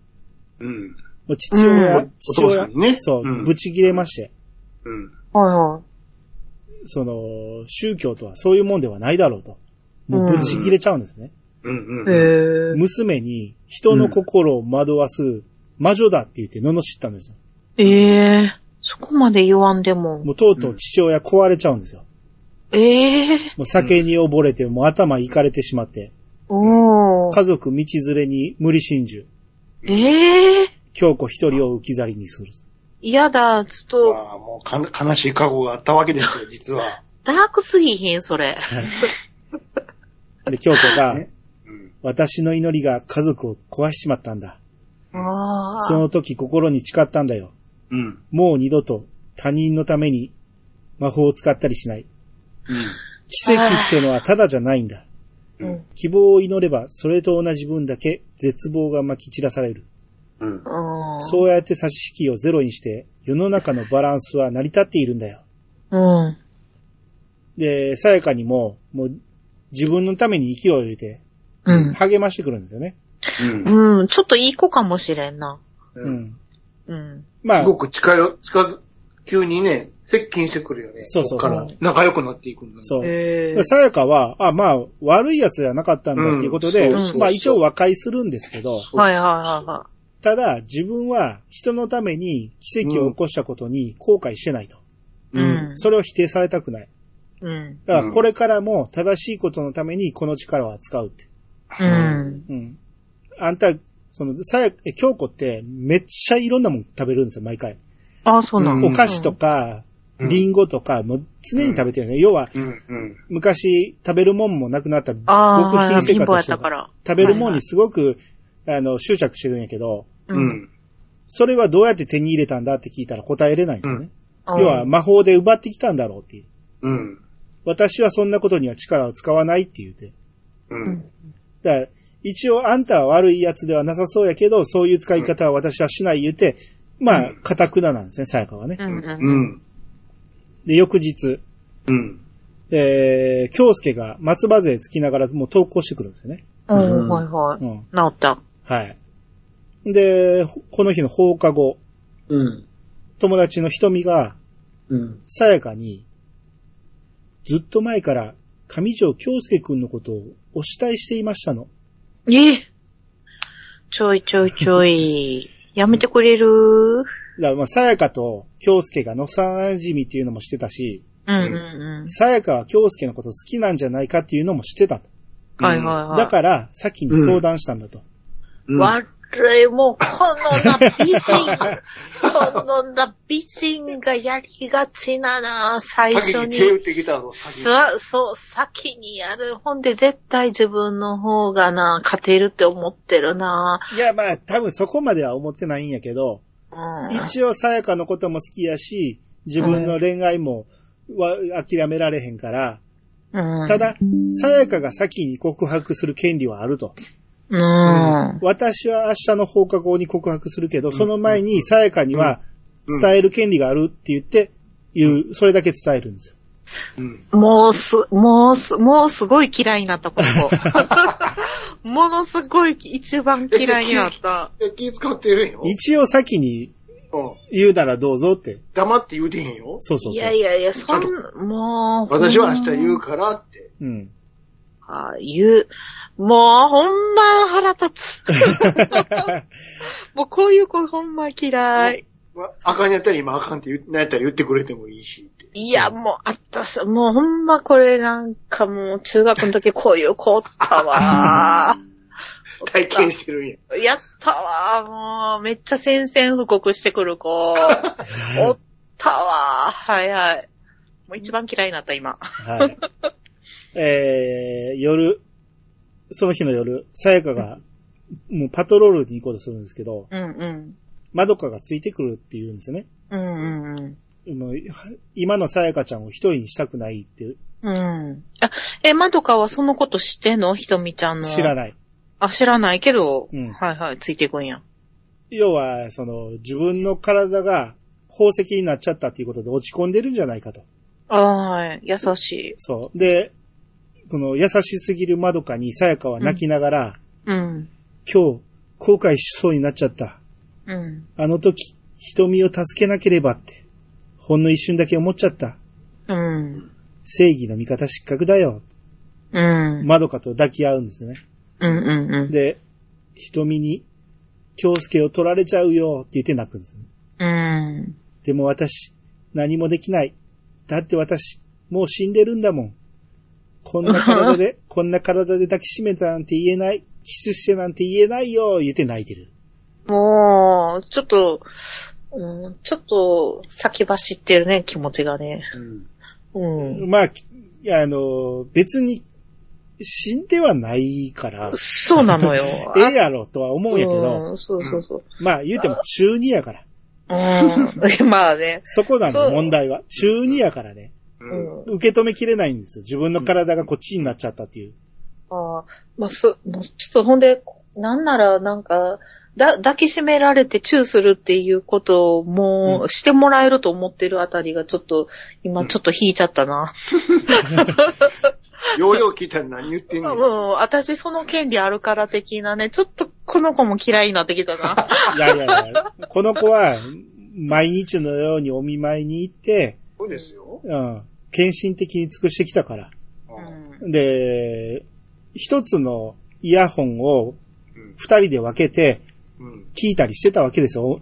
Speaker 3: うん。
Speaker 1: もう父親、
Speaker 2: う
Speaker 1: 父親
Speaker 3: お父さんにね
Speaker 1: そう、
Speaker 3: うん
Speaker 1: ぶち切れまして、
Speaker 3: うん。
Speaker 2: はいはい。
Speaker 1: その、宗教とはそういうもんではないだろうと。もうぶち切れちゃうんですね。
Speaker 3: うん。
Speaker 2: へ
Speaker 3: うん。
Speaker 2: ー
Speaker 1: 娘に人の心を惑わす魔女だって言って罵ったんですよ。
Speaker 2: ええ。そこまで言わんでも。
Speaker 1: もうとうとう父親壊れちゃうんですよ。
Speaker 2: ええ。
Speaker 1: もう酒に溺れて、もう頭いかれてしまって、
Speaker 2: おー
Speaker 1: 家族道連れに無理心中、
Speaker 2: ええ。
Speaker 1: 京子一人を置き去りにする。
Speaker 2: 嫌だ、ちょっと、
Speaker 3: まあ、もうかな、悲しい過去があったわけですよ、 [laughs] 実は。
Speaker 2: ダークすぎひん、それ。
Speaker 1: で、京子が
Speaker 3: ね、うん。
Speaker 1: 私の祈りが家族を壊しちまったんだ。
Speaker 2: ああ。
Speaker 1: その時心に誓ったんだよ。
Speaker 3: うん。
Speaker 1: もう二度と他人のために魔法を使ったりしない。
Speaker 3: うん。
Speaker 1: 奇跡ってのはただじゃないんだ。
Speaker 2: うん。
Speaker 1: 希望を祈れば、それと同じ分だけ絶望が撒き散らされる。
Speaker 3: うん。
Speaker 2: うん。
Speaker 1: そうやって差し引きをゼロにして、世の中のバランスは成り立っているんだよ。
Speaker 2: うん。
Speaker 1: で、さやかにも、もう、自分のために息を入れて、
Speaker 2: うん。
Speaker 1: 励ましてくるんですよね。
Speaker 3: うん。
Speaker 2: うん、ちょっといい子かもしれんな。
Speaker 1: う
Speaker 3: うん。
Speaker 1: ん。
Speaker 2: うん。
Speaker 1: ますあ、
Speaker 3: ごく近よ、近づ、急にね、接近してくるよね。
Speaker 1: そうそう
Speaker 3: こっから仲良くなっていくんだね。
Speaker 1: そう。
Speaker 2: へ
Speaker 1: さやかは、あ、まあ、悪い奴じゃなかったんだっていうことで、
Speaker 3: うん
Speaker 2: そうそうそう
Speaker 1: まあ一応和解するんですけど、
Speaker 3: そう
Speaker 2: はいはいはいは
Speaker 1: ただ自分は人のために奇跡を起こしたことに後悔してないと。
Speaker 2: い。うん。
Speaker 1: それを否定されたくない。
Speaker 2: うん。
Speaker 1: だからこれからも正しいことのためにこの力を扱うって。
Speaker 2: う。ん。
Speaker 1: うん。あんた、その、さや、え京子ってめっちゃいろんなもん食べるんですよ、毎回。
Speaker 2: あ、そうな
Speaker 3: うん
Speaker 2: の
Speaker 1: お菓子とか、
Speaker 3: うん
Speaker 1: リンゴとか、もう常に食べてるね。要は、
Speaker 3: うん、うん。
Speaker 1: 昔食べるもんもなくなった極
Speaker 2: ああ、
Speaker 1: 貧生
Speaker 2: 貧乏
Speaker 1: 活を
Speaker 2: やっ
Speaker 1: して
Speaker 2: たか
Speaker 1: た。
Speaker 2: ら。
Speaker 1: 食べるもんにすごく、あの、執着してるんやけど、
Speaker 3: う。ん。
Speaker 1: それはどうやって手に入れたんだって聞いたら答えれないんですよね。
Speaker 2: うん
Speaker 1: 要は、、魔法で奪ってきたんだろうっていう。
Speaker 3: うん。
Speaker 1: 私はそんなことには力を使わないって言うて。
Speaker 3: う。
Speaker 2: うんん。
Speaker 1: だから、一応あんたは悪いやつではなさそうやけど、そういう使い方は私はしない言うて、まあ
Speaker 3: うん、
Speaker 1: カタクナなんですね、さやかはね
Speaker 2: う。ん。う。
Speaker 3: うんん。
Speaker 1: で、翌日、
Speaker 3: うん。
Speaker 1: えー、京介が松葉杖つきながらもう投稿してくるんですよね。
Speaker 2: うん。はいはい。
Speaker 1: うん。
Speaker 2: 治った。
Speaker 1: はい。で、ほこの日の放課後、
Speaker 3: うん。
Speaker 1: 友達の瞳が、
Speaker 3: うん。
Speaker 1: さやかに、ずっと前から、上条京介くんのことをお慕いしていましたの。
Speaker 2: ええちょいちょいちょい。やめてくれるうん
Speaker 1: だからまあ、さやかと京介がのさなじみっていうのもしてたし、
Speaker 2: うんう
Speaker 1: さやかは京介のこと好きなんじゃないかっていうのもしてた。
Speaker 2: ん。はいはいはい。
Speaker 1: だから、先に相談したんだと。
Speaker 3: いうん。
Speaker 2: 悪い、もう、このな美人、このな美人がやりがちなな、最
Speaker 3: 先
Speaker 2: 初
Speaker 3: に手打
Speaker 2: に。
Speaker 3: ってきたの、先
Speaker 2: さ、そう、先にやる。ほんで絶対自分の方がな、勝てるって思ってるな。
Speaker 1: いや、まあ、多分そこまでは思ってないんやけど、
Speaker 2: うん。
Speaker 1: 一応さやかのことも好きやし、自分の恋愛も、わ諦められへんから、
Speaker 2: うん、
Speaker 1: た、だ、さやかが先に告白する権利はあると。
Speaker 2: うん。
Speaker 1: 私は明日の放課後に告白するけど、その前にさやかには
Speaker 3: うん
Speaker 1: 伝える権利があるって言って、言う、それだけ伝えるんですよ。
Speaker 3: うん。
Speaker 2: もうす、もうす、もうすごい嫌いになった、この子。
Speaker 3: [laughs]
Speaker 2: ものすごい一番嫌いになった。
Speaker 3: え気使ってるんよ。
Speaker 1: 一応先に
Speaker 3: うん
Speaker 1: 言うならどうぞって。
Speaker 3: 黙って言うてへんよ。
Speaker 1: そうそうそう。
Speaker 2: いやいやいや、そん、もう。
Speaker 3: 私は明日言うからって。
Speaker 1: うん。
Speaker 2: ああいう、もうほんま腹立つ。
Speaker 3: [laughs]
Speaker 2: もうこういう子ほんま嫌い。
Speaker 3: まあかんやったら今あかんって言う、なんやったら言ってくれてもいいしって。
Speaker 2: いや、もうあったし、もうほんまこれなんかもう中学の時こういう子おったわ。
Speaker 3: [laughs] 体験してるんや。
Speaker 2: やったわ。もうめっちゃ宣戦布告してくる [laughs] 子。おったわ。はいはい。もう一番嫌いになった今。
Speaker 1: はい。 [laughs] えー、夜、その日の夜、さやかが、もうパトロールに行こうとするんですけど、
Speaker 2: うんうん。
Speaker 1: まどかがついてくるって言うんですよね。
Speaker 2: うんうんうん。
Speaker 1: もう今のさやかちゃんを一人にしたくないって
Speaker 2: うん。あ、え、まどかはそのこと知ってんのひとみちゃんの。
Speaker 1: 知らない。
Speaker 2: あ、知らないけど、
Speaker 1: うん
Speaker 2: はいはい、ついていくんや。
Speaker 1: 要は、その、自分の体が宝石になっちゃったっていうことで落ち込んでるんじゃないかと。
Speaker 2: あーはい、優しい。
Speaker 1: そう。で、この優しすぎるまどかにさやかは泣きながら、
Speaker 2: うん。
Speaker 1: 今日、後悔しそうになっちゃった。
Speaker 2: うん。
Speaker 1: あの時、瞳を助けなければって、ほんの一瞬だけ思っちゃった。
Speaker 2: うん。
Speaker 1: 正義の味方失格だよ。
Speaker 2: うん。
Speaker 1: まどかと抱き合うんですよね。
Speaker 2: うんうんうん。
Speaker 1: で、瞳に、京介を取られちゃうよって言って泣くんですね。
Speaker 2: うん。
Speaker 1: でも私、何もできない。だって私、もう死んでるんだもん。こんな体で、こんな体で抱きしめたなんて言えない。キスしてなんて言えないよ、言って泣いてる。
Speaker 2: もう、ちょっと、うん、ちょっと、先走ってるね、気持ちがね。うん。
Speaker 1: まあ、きあの、別に、死んではないから、。
Speaker 2: そうな [laughs] のよ
Speaker 1: ええやろとは思うんやけど、
Speaker 2: うん、そうそうそう。
Speaker 1: まあ言うても中2やから。
Speaker 2: うん。 [laughs] まあね。
Speaker 1: そこな
Speaker 2: そ
Speaker 1: の
Speaker 2: う
Speaker 1: 問題は。中2やからね。
Speaker 3: う。
Speaker 2: うんん。
Speaker 1: 受け止めきれないんですよ。自分の体がこっちになっちゃったっていう。
Speaker 2: ああ、まあ、そ、もうちょっとほんで、なんなら、なんか、だ、抱きしめられてチューするっていうことをも
Speaker 1: う
Speaker 2: うしてもらえると思ってるあたりがちょっと、
Speaker 3: う
Speaker 2: 今
Speaker 3: ん
Speaker 2: ちょっと引いちゃったな。
Speaker 3: ようよう聞いたら何言ってんね
Speaker 2: も
Speaker 3: ん。
Speaker 2: う、私その権利あるから的なね、ちょっとこの子も嫌いになってきたな。
Speaker 1: いやいやいや、この子は、毎日のようにお見舞いに行って、
Speaker 3: そうですよ。
Speaker 1: うん、献身的に尽くしてきたから。
Speaker 2: [laughs] うん
Speaker 1: で、一つのイヤホンを
Speaker 3: うん
Speaker 1: 二人で分けて
Speaker 3: うん。
Speaker 1: 聞いたりしてたわけですよ。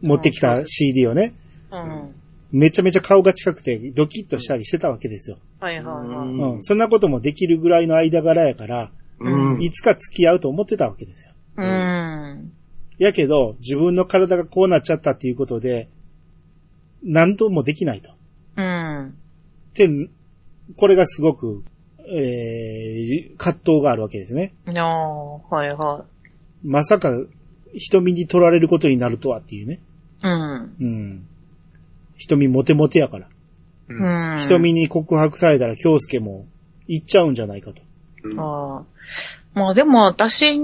Speaker 1: 持ってきた CD をね。
Speaker 2: うん。
Speaker 1: めちゃめちゃ顔が近くてドキッとしたりしてたわけですよ。
Speaker 2: はいはいは
Speaker 3: う
Speaker 2: い。
Speaker 3: ん
Speaker 1: うん。そんなこともできるぐらいの間柄やから、
Speaker 3: うん。
Speaker 1: いつか付き合うと思ってたわけですよ。
Speaker 2: うん。
Speaker 1: やけど、自分の体がこうなっちゃったっていうことで、何ともできないと。
Speaker 2: うん。
Speaker 1: って、これがすごく、えー、葛藤があるわけですね。
Speaker 2: ああ、はいは
Speaker 1: まさか、瞳に取られることになるとはっていうね。
Speaker 2: い。うん。
Speaker 1: うん。瞳モテモテやから。
Speaker 2: うん。
Speaker 1: 瞳に告白されたら京介も行っちゃうんじゃないかと。
Speaker 2: ああ。まあでも私、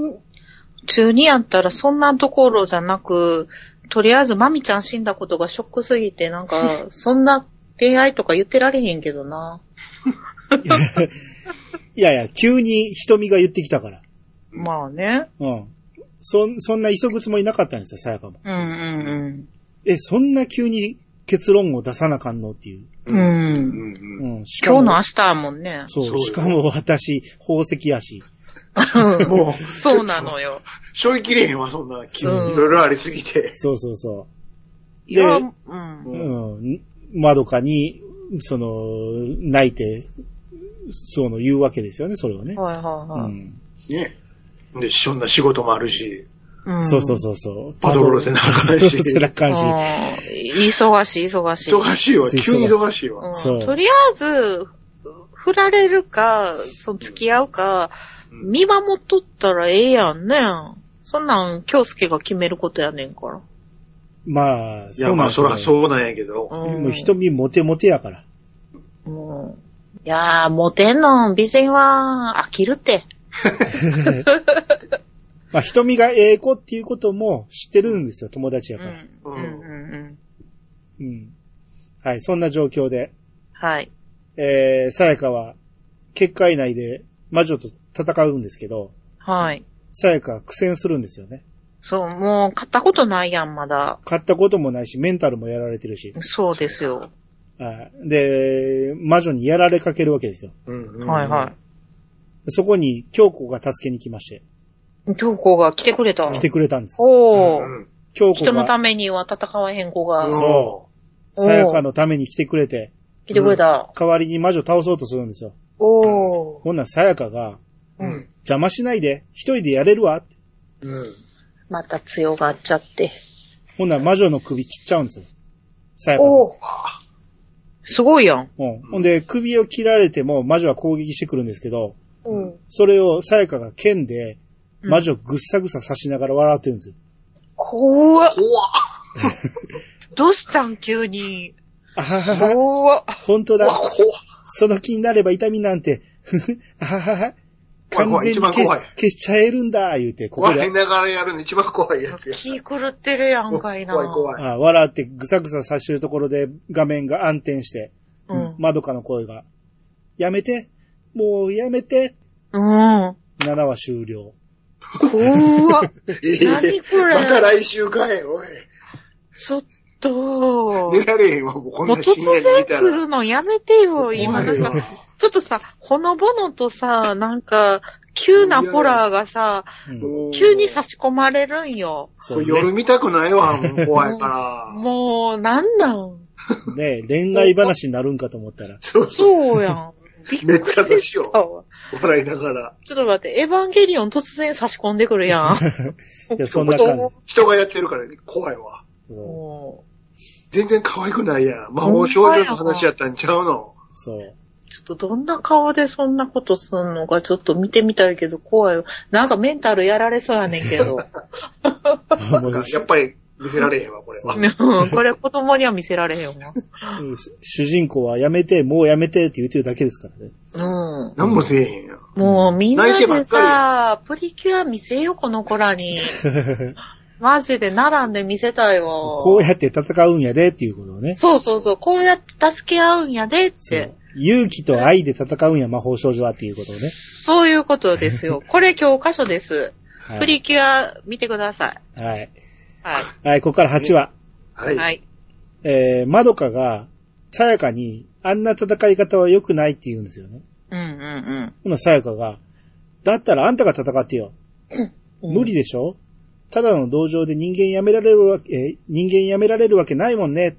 Speaker 2: 中2やったらそんなところじゃなく、とりあえずマミちゃん死んだことがショックすぎて、なんか、そんな恋愛とか言ってられへんけどな。
Speaker 1: いやいや、急に瞳が言ってきたから。
Speaker 2: まあね。
Speaker 1: うん。そ、そんな急ぐつもりなかったんですよ、さやかも。
Speaker 2: うんうん
Speaker 1: え、そんな急に結論を出さなかんのっていう。
Speaker 2: うん。うん。
Speaker 3: うんうん
Speaker 1: うん。しか
Speaker 2: 今
Speaker 1: も
Speaker 2: 日の明日やもんね。
Speaker 1: そ
Speaker 3: そ
Speaker 1: う、
Speaker 3: うよ
Speaker 1: しかも私、宝石やし。
Speaker 3: も
Speaker 2: [laughs]
Speaker 3: う、
Speaker 2: そうなのよ。
Speaker 3: 処理きれへんわ、そんな。急
Speaker 2: うん
Speaker 3: にいろいろありすぎて。
Speaker 1: そうそうそ
Speaker 2: いや、うん。
Speaker 1: う。うん。まどかに、その、泣いて、その、言うわけですよね、それをね。
Speaker 2: はいはいうはい。
Speaker 1: ん。
Speaker 3: ね。で、そんな仕事もあるし、
Speaker 2: ん
Speaker 1: そうそうそうそう。
Speaker 3: パトロールせなあかんし
Speaker 1: パトロールせなあかんし。
Speaker 2: あー忙しい忙しい。
Speaker 3: 忙しいわ。
Speaker 1: そう
Speaker 3: 急に忙しいわ。
Speaker 1: そ
Speaker 2: うん
Speaker 1: う
Speaker 2: とりあえず、振られるか、その付き合うか、
Speaker 3: うん
Speaker 2: 見守っとったらええやんね。そんなん、京介が決めることやねんから。
Speaker 1: まあ、
Speaker 3: いや、まあ、そら
Speaker 1: う
Speaker 3: そうなんやけど。。
Speaker 1: なんだけど。
Speaker 2: うん。
Speaker 1: もう瞳モテモテやから。
Speaker 2: うんいやー、モテんの、美人は飽きるって。
Speaker 1: まあ、瞳がええ子っていうことも知ってるんですよ、友達
Speaker 2: う
Speaker 1: や
Speaker 2: ん。
Speaker 1: から。
Speaker 2: うんうんうん。
Speaker 1: うん。はい、そんな状況で、
Speaker 2: はい。
Speaker 1: えー、さやかは、結界内で魔女と戦うんですけど、
Speaker 2: はい。
Speaker 1: さやかは苦戦するんですよね。
Speaker 2: そう、もう、買ったことないやん、まだ。
Speaker 1: 買ったこともないし、メンタルもやられてるし。
Speaker 2: そうですよ。
Speaker 1: はいで、魔女にやられかけるわけですよ。
Speaker 2: はいはい
Speaker 1: そこに、京子が助けに来まして、
Speaker 2: い。京子が来てくれた。
Speaker 1: 来てくれたんです。
Speaker 2: おー。
Speaker 3: ん。
Speaker 1: 京子
Speaker 2: 人のた
Speaker 1: が、
Speaker 2: めには戦わへん子が
Speaker 3: そ
Speaker 1: さやかのために来てくれて、
Speaker 2: 来てくれた。
Speaker 1: 代わりに魔女倒そうとするんですよ。
Speaker 2: おー。
Speaker 1: ほんならさやかが、
Speaker 3: う。うん。
Speaker 1: 邪魔しないで、一人でやれるわって。
Speaker 3: うん。
Speaker 2: また強がっちゃって。
Speaker 1: ほんなら魔女の首切っちゃうんですよ。さやかが。
Speaker 2: おおすごいやん。
Speaker 1: うん。ほんで、首を切られても魔女は攻撃してくるんですけど、
Speaker 2: うん。
Speaker 1: それをさやかが剣で、魔女をぐっさぐさ刺しながら笑ってるんですよ。
Speaker 2: 怖っ。
Speaker 3: 怖っ
Speaker 2: どうしたん急に。
Speaker 1: あははは、
Speaker 2: 怖っ。
Speaker 1: [laughs] 本当
Speaker 3: 怖っ
Speaker 1: だ。
Speaker 3: 怖っ
Speaker 1: その気になれば痛みなんて、 [laughs] ふふ、あははは、完
Speaker 3: 怖い怖い
Speaker 1: 全
Speaker 3: 一
Speaker 1: に
Speaker 3: 番
Speaker 1: 消し
Speaker 3: 怖い
Speaker 1: 消しちゃえるんだ、言うて、ここ
Speaker 3: 笑い
Speaker 1: で、
Speaker 3: ながらやるの一番怖いやつや。
Speaker 2: 気狂ってるやんかいな。
Speaker 3: 怖い怖い。
Speaker 1: あ笑ってぐさぐさ刺してるところで画面が暗転して、
Speaker 2: うん。
Speaker 1: まどかの声が、やめて、もうやめて、
Speaker 2: うん。
Speaker 1: 7話終了。
Speaker 2: 怖
Speaker 3: [laughs]
Speaker 2: っ。
Speaker 3: ええ
Speaker 2: 何これ
Speaker 3: また来週かい、おい。
Speaker 2: ちょっと。
Speaker 3: 寝られへんわ、もうこん
Speaker 2: もう
Speaker 3: な
Speaker 2: 突
Speaker 3: 深夜に
Speaker 2: 然
Speaker 3: 見た
Speaker 2: 来
Speaker 3: ら。
Speaker 2: るのやめてよ、今。
Speaker 3: [laughs] 怖
Speaker 2: ないん
Speaker 3: わ
Speaker 2: か、ちょっとさ、ほのぼのとさ、なんか、急なホラーがさ、
Speaker 1: うん
Speaker 2: 急に差し込まれるんよ。
Speaker 1: そ
Speaker 3: こ
Speaker 1: う
Speaker 3: れ夜
Speaker 1: ね
Speaker 3: 見たくないわ、もう怖いから。
Speaker 2: もう、なんなん。
Speaker 1: ね恋愛話になるんかと思
Speaker 3: [laughs]
Speaker 1: ったら、
Speaker 3: そうそう。
Speaker 2: そう
Speaker 1: [laughs]
Speaker 2: やん。びっ
Speaker 3: めっちゃ
Speaker 2: く
Speaker 3: どう
Speaker 2: り
Speaker 3: し
Speaker 2: し
Speaker 3: よ
Speaker 2: たわ。
Speaker 3: う。笑いながら。
Speaker 2: ちょっと待って、エヴァンゲリオン突然差し込んでくるや
Speaker 1: [laughs]
Speaker 2: ん。
Speaker 1: いやそんな感
Speaker 3: 人がやってるから怖い
Speaker 1: う
Speaker 3: わ。
Speaker 1: ん
Speaker 2: も
Speaker 3: 全然可愛くないやん。魔法少女の話やったんちゃうの。
Speaker 1: そう。
Speaker 2: う、ちょっとどんな顔でそんなことすんのかちょっと見てみたいけど怖いよ。なんかメンタルやられそうやねん
Speaker 1: [laughs]
Speaker 2: けど。
Speaker 1: も
Speaker 3: なん
Speaker 1: う
Speaker 3: かやっぱり見せられへんわ、これは。
Speaker 1: そ
Speaker 2: うんこれ子供には見せられへんわ。
Speaker 1: うんし主人公はやめて、もうやめてって言ってるだけですからね。
Speaker 2: うん。
Speaker 3: なんもせえへんやん。
Speaker 2: もうみんな
Speaker 3: 泣いてば
Speaker 2: で
Speaker 3: っか
Speaker 2: さ、プリキュア見せよ、この子ら
Speaker 1: [laughs]
Speaker 2: に。マジで並んで見せたいわ。
Speaker 1: こうやって戦うんやでっていうことをね。
Speaker 2: そうそうそう、こうやって助け合うんやでっ
Speaker 1: そう
Speaker 2: て。
Speaker 1: 勇気と愛で戦うんや、魔法少女はっていうことをね。
Speaker 2: そういうことですよ。これ教科書です。
Speaker 1: はい
Speaker 2: プリキュア見てください。
Speaker 1: はい。
Speaker 2: は。
Speaker 1: はい、ここから8話。
Speaker 3: はいい。
Speaker 2: はい。
Speaker 1: えー、まどかが、さやかに、あんな戦い方は良くないって言うんですよね。
Speaker 2: うんうん
Speaker 1: ほな、さやかが、だったらあんたが戦ってよ。
Speaker 2: うん。
Speaker 1: 無理。でしょただの同情で人間やめられるわけ、えー人間やめられるわけないもんね。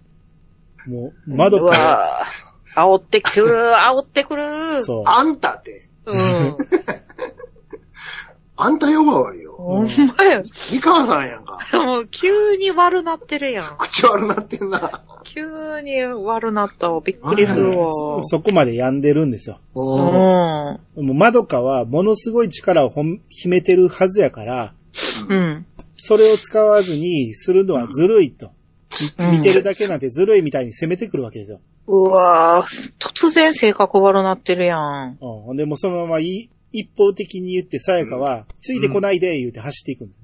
Speaker 1: もう、窓
Speaker 2: う
Speaker 1: か
Speaker 2: わぁ煽ってくる、煽ってくる。
Speaker 1: ら、そう。
Speaker 3: あんたって、
Speaker 2: うん。
Speaker 3: あんた呼ばわりよ。
Speaker 2: ほんまや。
Speaker 3: 三河さんやんか。
Speaker 2: もう急に悪なってるやん。
Speaker 3: 口悪なってんな。
Speaker 2: 急に悪なったわ。びっくりするわ。
Speaker 1: そそこまで病んでるんですよ。
Speaker 3: お
Speaker 2: うん。
Speaker 1: もう、まどかはものすごい力をほん秘めてるはずやから、
Speaker 2: うん。
Speaker 1: それを使わずにするのはずるいと。
Speaker 2: うん
Speaker 1: 見てるだけなんてずるいみたいに攻めてくるわけですよ。
Speaker 2: うわぁ、突然性格悪なってるやん。
Speaker 1: うん。ほんで、もうそのままい一方的に言って、さやかは、ついてこないで、言うて走っていくんです。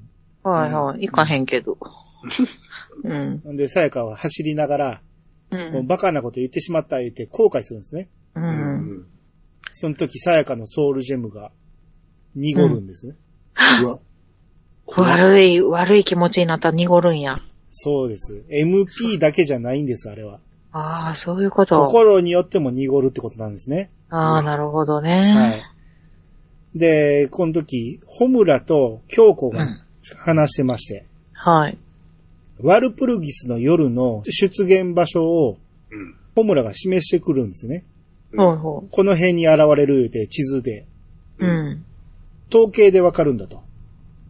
Speaker 2: はいはい。行かへんけど。うん。
Speaker 1: ほんで、さやかは走りながら、
Speaker 2: う。
Speaker 1: もうんバカなこと言ってしまった言って後悔するんですね。
Speaker 2: う。
Speaker 3: うんん
Speaker 1: その時、さやかのソウルジェムが濁るんですね。
Speaker 3: うわ。
Speaker 2: 悪い、悪い気持ちになったら濁るんや。
Speaker 1: そうです。MP だけじゃないんです、あれは。
Speaker 2: ああ、そういうこと。
Speaker 1: 心によっても濁るってことなんですね。
Speaker 2: ああ、なるほど
Speaker 1: は
Speaker 2: ね。
Speaker 1: い。で、この時、ホムラと京子
Speaker 2: う
Speaker 1: が
Speaker 2: ん
Speaker 1: 話してまして、
Speaker 2: はい。
Speaker 1: ワルプルギスの夜の出現場所を
Speaker 3: うん。
Speaker 1: ホムラが示してくるんですね。
Speaker 2: ほいほ
Speaker 1: この辺に現れるで地図で、
Speaker 2: い。うん。
Speaker 1: 統計でわかるんだと。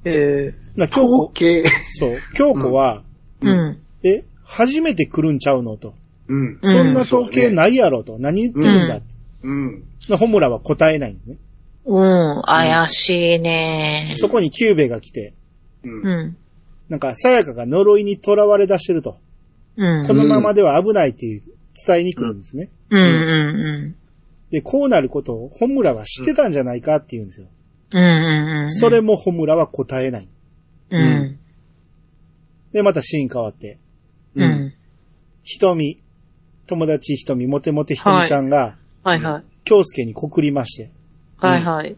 Speaker 2: ええ。
Speaker 1: な、京
Speaker 3: 統
Speaker 1: 子、
Speaker 3: 計。
Speaker 1: そう、京子は、
Speaker 2: うん。
Speaker 1: え、初めて来るんちゃうのと。
Speaker 3: うん。
Speaker 2: うん
Speaker 1: そんな統計ないやろと。何言ってるんだって。
Speaker 3: うん。
Speaker 1: なホムラは答えないんですね。
Speaker 2: うん、怪しいね。
Speaker 1: そこにキューベが来て、
Speaker 3: う。
Speaker 2: うんん。
Speaker 1: なんか、さやかが呪いに囚われ出してると。
Speaker 2: うん。
Speaker 1: このままでは危ないっていう伝えに来るんですね。
Speaker 2: うん、うん、
Speaker 1: で、こうなることをホムラは知ってたんじゃないかって言うんですよ。
Speaker 2: うん。うん、うん。
Speaker 1: それ、もホムラは答えない。
Speaker 2: うん。
Speaker 1: で、またシーン変わって、
Speaker 2: う。ん。
Speaker 1: 瞳、友達瞳、モテモテ瞳ちゃんが、
Speaker 2: はいはい。
Speaker 1: 京介に告りまして、
Speaker 2: はいはい。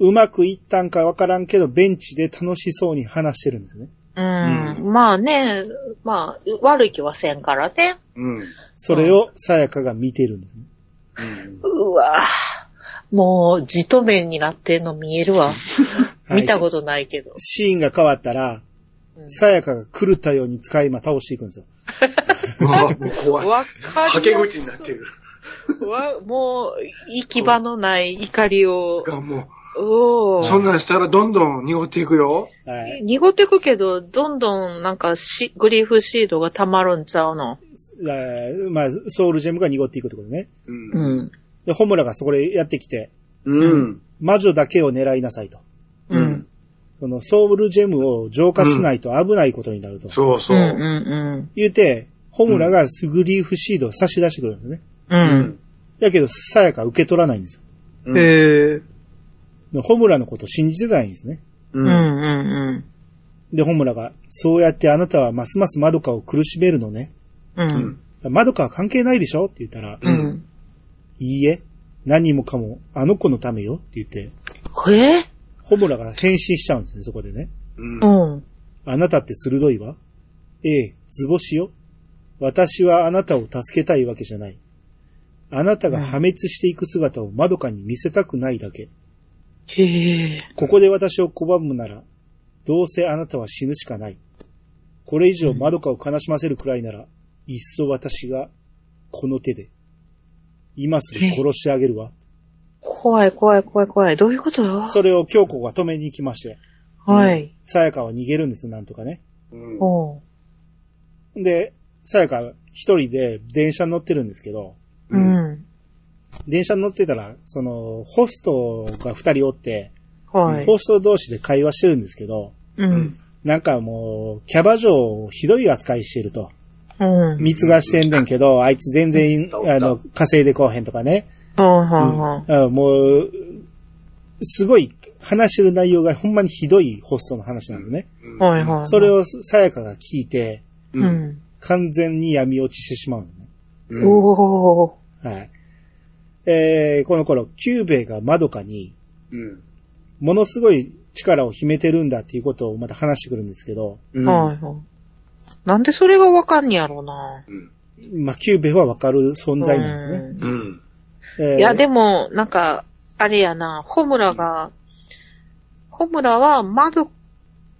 Speaker 1: うまくいったんかわからんけど、ベンチで楽しそうに話してるんですね。
Speaker 2: うん。まあね、まあ、悪い気はせんからね。
Speaker 3: うん。うん。
Speaker 1: それをさやかが見てるんですね。
Speaker 2: うわぁもう、じと面になってんの見える [laughs] わ。
Speaker 1: はい
Speaker 2: 見たことないけど。
Speaker 1: シーンが変わったら、
Speaker 2: うん
Speaker 1: さやかが狂ったように使い魔倒していくんですよ。
Speaker 3: うわ、もう怖い。
Speaker 2: [laughs] わか
Speaker 3: は
Speaker 2: る
Speaker 3: け
Speaker 2: よ。
Speaker 3: 口になってる。
Speaker 2: わもう、行き場のない怒りを。
Speaker 3: がも
Speaker 2: お
Speaker 3: う、
Speaker 2: ー
Speaker 3: そんなんしたらどんどん濁っていくよ。
Speaker 1: はい。
Speaker 2: 濁ってくけど、どんどんなんかし、グリーフシードが溜まるんちゃうの
Speaker 1: えーまあ、ソウルジェムが濁っていくってことね。
Speaker 3: う。
Speaker 2: うんん。
Speaker 1: で、ホムラがそこでやってきて、
Speaker 3: うん。
Speaker 1: 魔女だけを狙いなさいと。
Speaker 2: うん。
Speaker 1: そのソウルジェムを浄化しないと危ないことになると。
Speaker 3: そう
Speaker 2: う
Speaker 3: そ
Speaker 2: んう
Speaker 3: う。
Speaker 2: ん
Speaker 1: 言うて、ホムラがスグリーフシードを差し出してくるんですね。
Speaker 2: うん。うん。
Speaker 1: だけど、さやか受け取らないんですよ
Speaker 3: うん。
Speaker 2: へえ。
Speaker 1: で。ホムラのことを信じてないんですね。
Speaker 2: う
Speaker 3: うん。
Speaker 2: うんん
Speaker 1: で、ホムラが、そうやってあなたはますますマドカを苦しめるのね。
Speaker 2: うん。う
Speaker 3: うんん。
Speaker 1: マドカは関係ないでしょって言ったら、
Speaker 2: う
Speaker 1: い
Speaker 2: ん。
Speaker 1: いえ、何もかもあの子のためよって言って、
Speaker 2: え
Speaker 1: ホムラが変身しちゃうんですね、そこでね。
Speaker 3: うん
Speaker 2: う。ん。
Speaker 1: あなたって鋭いわ。ええ、図星よ。私はあなたを助けたいわけじゃない。あなたが破滅していく姿をまどかに見せたくないだけ。
Speaker 2: へえ。
Speaker 1: ここで私を拒むなら、どうせあなたは死ぬしかない。これ以上まどかを悲しませるくらいなら、いっそ私が、この手で、今すぐ殺してあげるわ。
Speaker 2: 怖い怖い怖い怖い。どういうこと
Speaker 1: それを京子が止めに行きまして、
Speaker 2: はい。
Speaker 1: さやかは逃げるんです、なんとかね。
Speaker 3: うん
Speaker 2: おう。
Speaker 1: で、さやか一人で電車に乗ってるんですけど、
Speaker 2: う。ん。
Speaker 1: 電車に乗ってたら、その、ホストが二人おって、
Speaker 2: はい。
Speaker 1: ホスト同士で会話してるんですけど、
Speaker 2: うん。
Speaker 1: なんかもう、キャバ嬢をひどい扱いしてると。
Speaker 2: うん。はい
Speaker 1: 蜜がしてんねんけど、あいつ全然、
Speaker 3: うん
Speaker 1: あの、稼いでこうへんとかね。
Speaker 2: は
Speaker 1: あもう、すごい、話してる内容がほんまにひどいホストの話なんでね。
Speaker 2: いはい。はいはい。
Speaker 1: それ。をさやかが聞いて、
Speaker 2: う
Speaker 3: うん。
Speaker 2: ん。
Speaker 1: 完全に闇落ちしてしまうのね。
Speaker 3: うん。
Speaker 2: おお。
Speaker 1: はい。えー、この頃、キューベイがまどかに、
Speaker 3: うん。
Speaker 1: ものすごい力を秘めてるんだっていうことをまた話してくるんですけど、
Speaker 3: うん
Speaker 2: はいはい。なんでそれがわかんねやろうな。
Speaker 1: まあ、キューベはわかる存在なんですね。
Speaker 2: ね。
Speaker 3: うん。
Speaker 1: えー
Speaker 2: いや、でも、なんか、あれやな、ホムラが、ホムラは、マド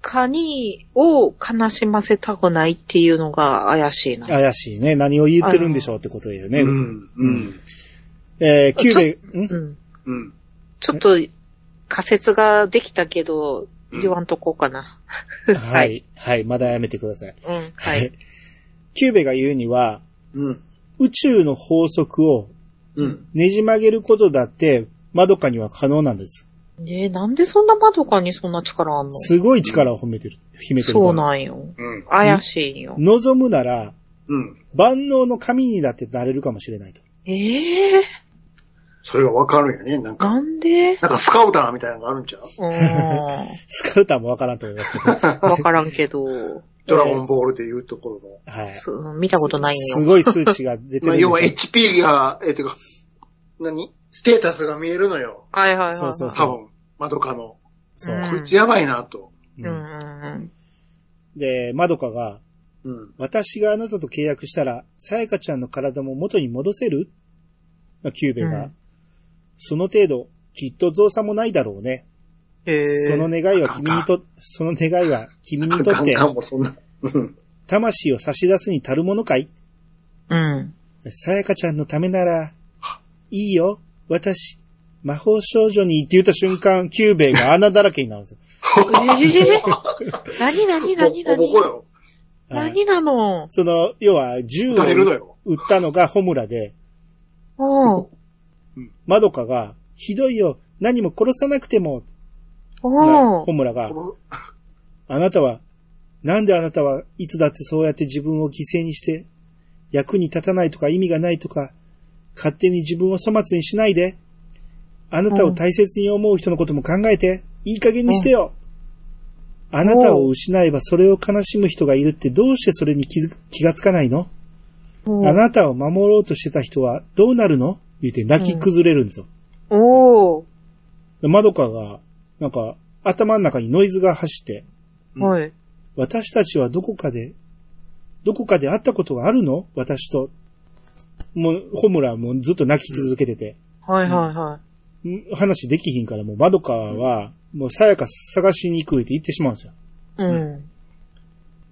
Speaker 2: かに、を悲しませたくないっていうのが怪しいな。
Speaker 1: 怪しいね。何を言ってるんでしょうってことだよね。
Speaker 3: うん。うん。
Speaker 1: えー、キューベ、ん
Speaker 2: うん。
Speaker 3: うん。
Speaker 2: ちょっと、仮説ができたけど、言わんとこうかな。
Speaker 1: は
Speaker 2: はいい。
Speaker 1: はい。まだやめてください。
Speaker 2: うん、はい。。
Speaker 1: キューベが言うには、
Speaker 3: うん。
Speaker 1: 宇宙の法則を
Speaker 3: うん。
Speaker 1: ねじ曲げることだって、まどかには可能なんです。
Speaker 2: ねえ、なんでそんなまどかにそんな力あんの
Speaker 1: すごい力を褒めてる、秘めてるから。
Speaker 2: そうなんよ。
Speaker 3: うん。
Speaker 2: 怪しいよ。
Speaker 1: 望むなら、
Speaker 3: うん。
Speaker 1: 万能の神にだってなれるかもしれないと。
Speaker 2: ええ
Speaker 3: それがわかるんやね。なんか、
Speaker 2: なんで
Speaker 3: なんかスカウターみたいなのがあるんちゃう
Speaker 2: うーん。
Speaker 1: [laughs] スカウターもわからんと思いますけど。
Speaker 2: わからんけど、
Speaker 3: ドラゴンボールでいうところ
Speaker 1: はい。
Speaker 2: そう見たことないん
Speaker 1: す
Speaker 2: よ。
Speaker 1: ごい数値が出て
Speaker 3: の。
Speaker 1: るんで
Speaker 3: まあ、
Speaker 1: す
Speaker 3: 要
Speaker 1: よ
Speaker 3: は HP が、えー、てか、何ステータスが見えるのよ。
Speaker 2: はいはいはいはい。
Speaker 1: そうそう
Speaker 3: 多分、マドカの。
Speaker 1: そう
Speaker 2: うん
Speaker 3: こいつやばいなと。
Speaker 1: う
Speaker 2: うんうんん
Speaker 1: で、まどかが、
Speaker 3: うん。
Speaker 1: 私があなたと契約したら、さやかちゃんの体も元に戻せるキューベが、
Speaker 2: うん
Speaker 1: その程度、きっと造作もないだろうね。
Speaker 2: うん。へ
Speaker 1: その
Speaker 2: え。
Speaker 1: 願いは君にと、その願いは君にと
Speaker 3: ガ
Speaker 1: っ
Speaker 3: ン
Speaker 1: て
Speaker 3: ガ、ンもそんな。うん。
Speaker 1: 魂を差し出すに足るものかい
Speaker 2: うん。
Speaker 1: さやかちゃんのためなら、いいよ、私、魔法少女にって言った瞬間、キューベイが穴だらけになるんですよ。
Speaker 2: ええ何何何
Speaker 3: ボコボコ
Speaker 2: 何
Speaker 3: よ。
Speaker 1: はい
Speaker 2: 何なの
Speaker 1: その、要は、銃
Speaker 3: 撃たれるの
Speaker 1: を
Speaker 3: よ。
Speaker 1: 撃ったのがホムラで、
Speaker 2: おう
Speaker 1: まどかが、ひどいよ、何も殺さなくても、
Speaker 2: おう
Speaker 1: ホムラが、あなたは、なんであなたはいつだってそうやって自分を犠牲にして、役に立たないとか意味がないとか、勝手に自分を粗末にしないで、あなたを大切に思う人のことも考えて、いい加減にしてよ、あなたを失えばそれを悲しむ人がいるってどうしてそれに気づく気がつかないの、
Speaker 2: お
Speaker 1: あ
Speaker 2: う
Speaker 1: なたを守ろうとしてた人はどうなるの言って泣き崩れるんですよ。
Speaker 2: おう
Speaker 1: まどかが、なんか、頭の中にノイズが走って、
Speaker 2: はい。
Speaker 1: 私たちはどこかで、どこかで会ったことがあるの私と。もう、ホムラはもうずっと泣き続けてて。
Speaker 2: はいはいは
Speaker 1: ん話できひんからもう、マドカは、もう、さやか探しに行くって言ってしまうんですよ。
Speaker 2: い。うん。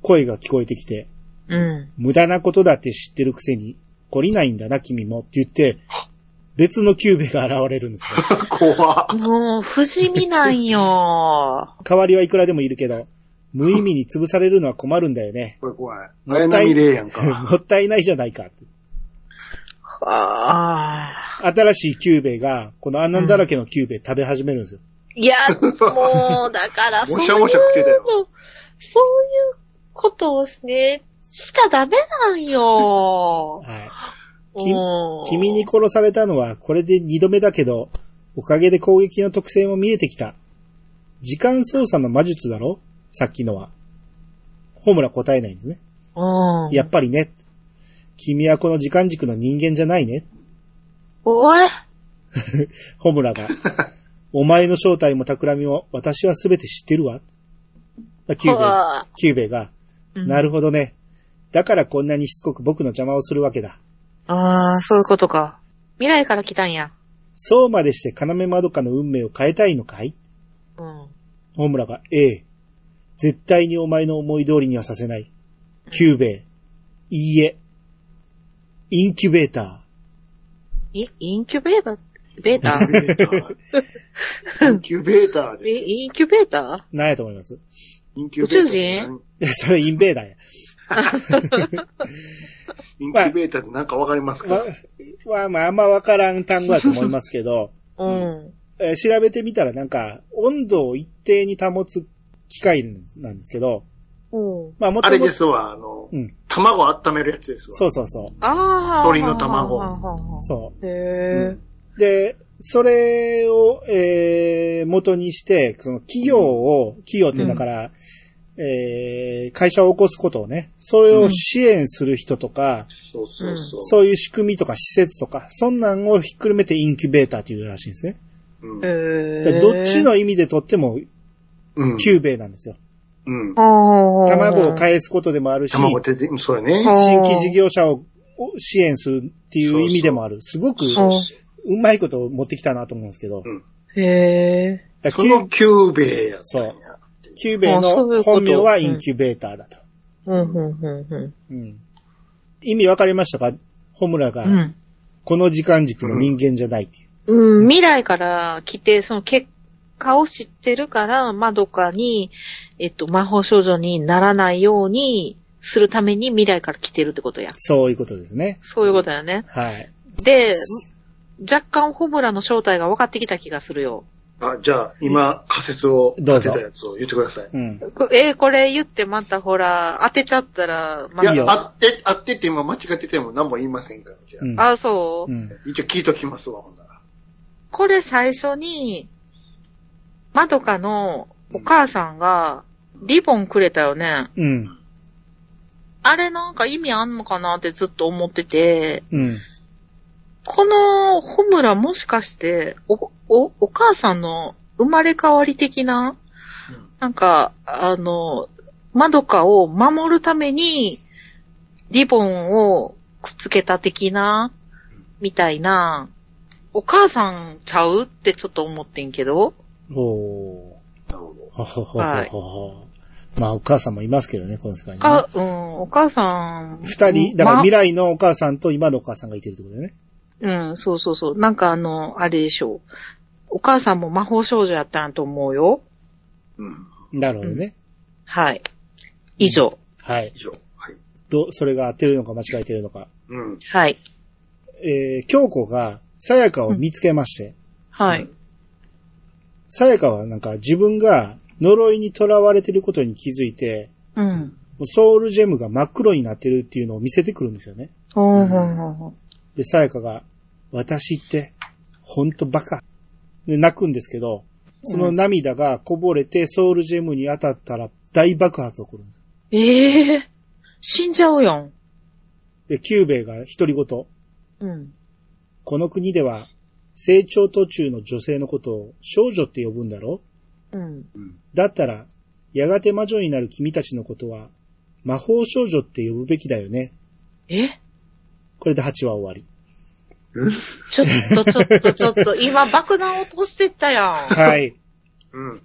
Speaker 1: 声が聞こえてきて、
Speaker 2: うん。
Speaker 1: 無駄なことだって知ってるくせに、懲りないんだな、君もって言って、別のキューベが現れるんですよ。
Speaker 3: 怖っ
Speaker 2: もう、不死身なんよ。
Speaker 1: 代わりはいくらでもいるけど、無意味に潰されるのは困るんだよね。
Speaker 3: これ怖い。綾波レイやんか。
Speaker 1: もったいないじゃないかって。
Speaker 2: ああ。
Speaker 1: 新しいキューベが、この穴だらけのキューベ食べ始めるんですよ。
Speaker 2: いや、もう、だから、そう
Speaker 3: も
Speaker 2: い
Speaker 3: しゃもしゃ食ってた
Speaker 2: う
Speaker 3: よ。
Speaker 2: の、そういうことをね、しちゃダメなんよ。
Speaker 1: はき
Speaker 2: うん
Speaker 1: い。君に。殺されたのはこれで二度目だけど、おかげで攻撃の特性も見えてきた。時間操作の魔術だろさっきのは。ホムラ答えないんですね。
Speaker 2: うん。
Speaker 1: やっぱりね。君はこの時間軸の人間じゃないね。
Speaker 2: おい。
Speaker 1: ホムラ [laughs] が。お前の正体も企みも私は全て知ってるわ。キューベイ、
Speaker 2: はあ
Speaker 1: キューベイが、
Speaker 2: うん
Speaker 1: なるほどね。だからこんなにしつこく僕の邪魔をするわけだ。
Speaker 2: ああ、そういうことか。未来から来たんや。
Speaker 1: そうまでして要まどかの運命を変えたいのかい
Speaker 2: うん。
Speaker 1: ホムラが、ええ。絶対にお前の思い通りにはさせない。キューベイ、いいえ。インキュベータ
Speaker 2: え、インキュベーターベーター
Speaker 3: インキュベーター
Speaker 2: [laughs] え、
Speaker 3: で。
Speaker 2: インキュベータ
Speaker 1: ー。なんやと思います [laughs]
Speaker 3: インキュベーター
Speaker 2: 宇宙人
Speaker 1: いやそれインベーダーや。
Speaker 3: インキュベーターってなんかわかりますか
Speaker 1: わ、わまあ、あんまわからん単語やと思いますけど、 [laughs]
Speaker 2: ーうん。
Speaker 1: えー調べてみたらなんか、温度を一定に保つ機械なんですけど、
Speaker 2: うん。
Speaker 1: まあ、も。
Speaker 3: あれですすわ、あの
Speaker 1: うん、
Speaker 3: 卵温めるやつですわ。
Speaker 1: そうそうそ
Speaker 2: ああ。
Speaker 3: 鳥の卵
Speaker 2: はあはあは
Speaker 1: う。
Speaker 2: あ
Speaker 1: そう。
Speaker 2: へえ。
Speaker 1: で、それを、えー、元にして、その企業を、企業ってだから、えー、会社を起こすことをね、それを支援する人とか、
Speaker 3: そうそうそう。
Speaker 1: そういう仕組みとか施設とか、そんなんをひっくるめてインキュベーターっていうらしいんですね。
Speaker 3: うん
Speaker 2: へ
Speaker 1: だから
Speaker 2: え。
Speaker 1: どっちの意味でとっても、
Speaker 3: うん
Speaker 1: キューベイなんですよ。
Speaker 3: うん。
Speaker 2: 卵
Speaker 1: 卵を返すことでもあるし、
Speaker 3: 卵ってで、そうやね。
Speaker 2: あ
Speaker 1: 新規事業者をを支援するっていう意味でもある。すごく、
Speaker 3: そう
Speaker 2: う
Speaker 1: まいことを持ってきたなと思ううんですけど。
Speaker 3: うん
Speaker 2: へえ。
Speaker 1: だか
Speaker 3: そ
Speaker 1: らキュー
Speaker 3: のキューベやったんやって。
Speaker 1: キューベイ
Speaker 2: あそういう
Speaker 1: の
Speaker 2: こと
Speaker 1: 本名はインキュベーターだと。
Speaker 2: うん、うん、うん、う
Speaker 1: うん。意味わかりましたかホムラが、
Speaker 2: ん。うん
Speaker 1: この時間軸の人間じゃないっていう。
Speaker 2: うん、未来から来て、その結果を知ってるから、まどかに、えっと、魔法少女にならないようにするために未来から来てるってことや。
Speaker 1: そういうことですね。
Speaker 2: そういうことやね。
Speaker 1: はい。
Speaker 2: で、若干ホムラの正体が分かってきた気がするよ。
Speaker 3: あ、じゃあ、今、仮説を
Speaker 1: どう
Speaker 3: 立
Speaker 1: ぞ
Speaker 3: てたやつを言ってください。
Speaker 1: うん。
Speaker 2: こえーこれ言ってまたほら、当てちゃったら、ま
Speaker 3: いや
Speaker 1: いい、よ
Speaker 3: あって、あってって今間違ってても何も言いませんから、じゃあ。
Speaker 1: うん。
Speaker 2: あ、そう、
Speaker 1: うん。
Speaker 3: 一応聞いときますわ、ほんなら。
Speaker 2: これ最初に、まどかのお母さんが、リボンくれたよね。
Speaker 1: うん。
Speaker 2: あれなんか意味あんのかなってずっと思ってて、
Speaker 1: うん。
Speaker 2: このホムラもしかして、お、お、お母さんの生まれ変わり的な、
Speaker 3: うん
Speaker 2: なんか、あの、マドカを守るために、リボンをくっつけた的な、みたいな、お母さんちゃうってちょっと思ってんけど、
Speaker 1: おー。
Speaker 3: なるほど。
Speaker 1: ほほほ
Speaker 2: はい
Speaker 1: ほほ。まあ、お母さんもいますけどね、この世界にね。
Speaker 2: か、うん、お母さん。
Speaker 1: 二人、だから
Speaker 2: ま
Speaker 1: 未来のお母さんと今のお母さんがいてるってことだよね。
Speaker 2: うん、そうそうそう。なんかあの、あれでしょう。お母さんも魔法少女やったんやと思うよ。
Speaker 3: うん。
Speaker 1: なるほどね。
Speaker 2: はい。以上。
Speaker 1: はい
Speaker 3: 以。上。はい。
Speaker 1: どう、それが合ってるのか間違えてるのか。
Speaker 3: うん。
Speaker 2: はい。
Speaker 1: えー、京子が、さやかを見つけまして、
Speaker 2: はい。
Speaker 1: さやかはなんか自分が呪いに囚われてることに気づいて、
Speaker 2: うん。
Speaker 1: ソウルジェムが真っ黒になってるっていうのを見せてくるんですよね。
Speaker 2: ほうほうほうほう。
Speaker 1: で、さやかが、私って、ほんとバカ。で、泣くんですけど、その涙がこぼれてソウルジェムに当たったら大爆発起こるんです。
Speaker 2: ええー、死んじゃうやん。
Speaker 1: で、キューベイが独り言、
Speaker 2: うん。
Speaker 1: この国では成長途中の女性のことを少女って呼ぶんだろ
Speaker 2: うん。
Speaker 1: だったら、やがて魔女になる君たちのことは魔法少女って呼ぶべきだよね。
Speaker 2: え
Speaker 1: これで8話終わり。
Speaker 2: ちょっとちょっとちょっと、今爆弾落としてったやん。
Speaker 1: [laughs] はい。
Speaker 3: うん。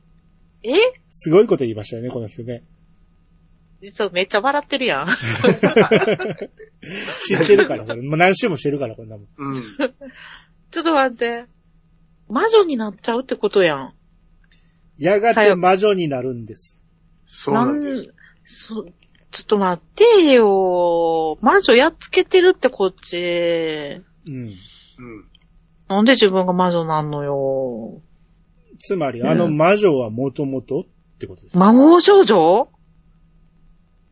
Speaker 2: え
Speaker 1: すごいこと言いましたよね、この人ね。
Speaker 2: ちょっとめっちゃ笑ってるやん。
Speaker 1: 知ってる [laughs] から、それ。もう何週もしてるから、こんなもん。
Speaker 3: うん。
Speaker 2: ちょっと待って。魔女になっちゃうってことやん。
Speaker 1: やがて魔女になるんです。
Speaker 3: そうなんです。
Speaker 2: そう、ちょっと待ってよ。魔女やっつけてるってこっち。
Speaker 1: うん。
Speaker 3: うん。
Speaker 2: なんで自分が魔女なんのよ。
Speaker 1: つまり、あの魔女はもともとってことです。
Speaker 2: 魔法少女、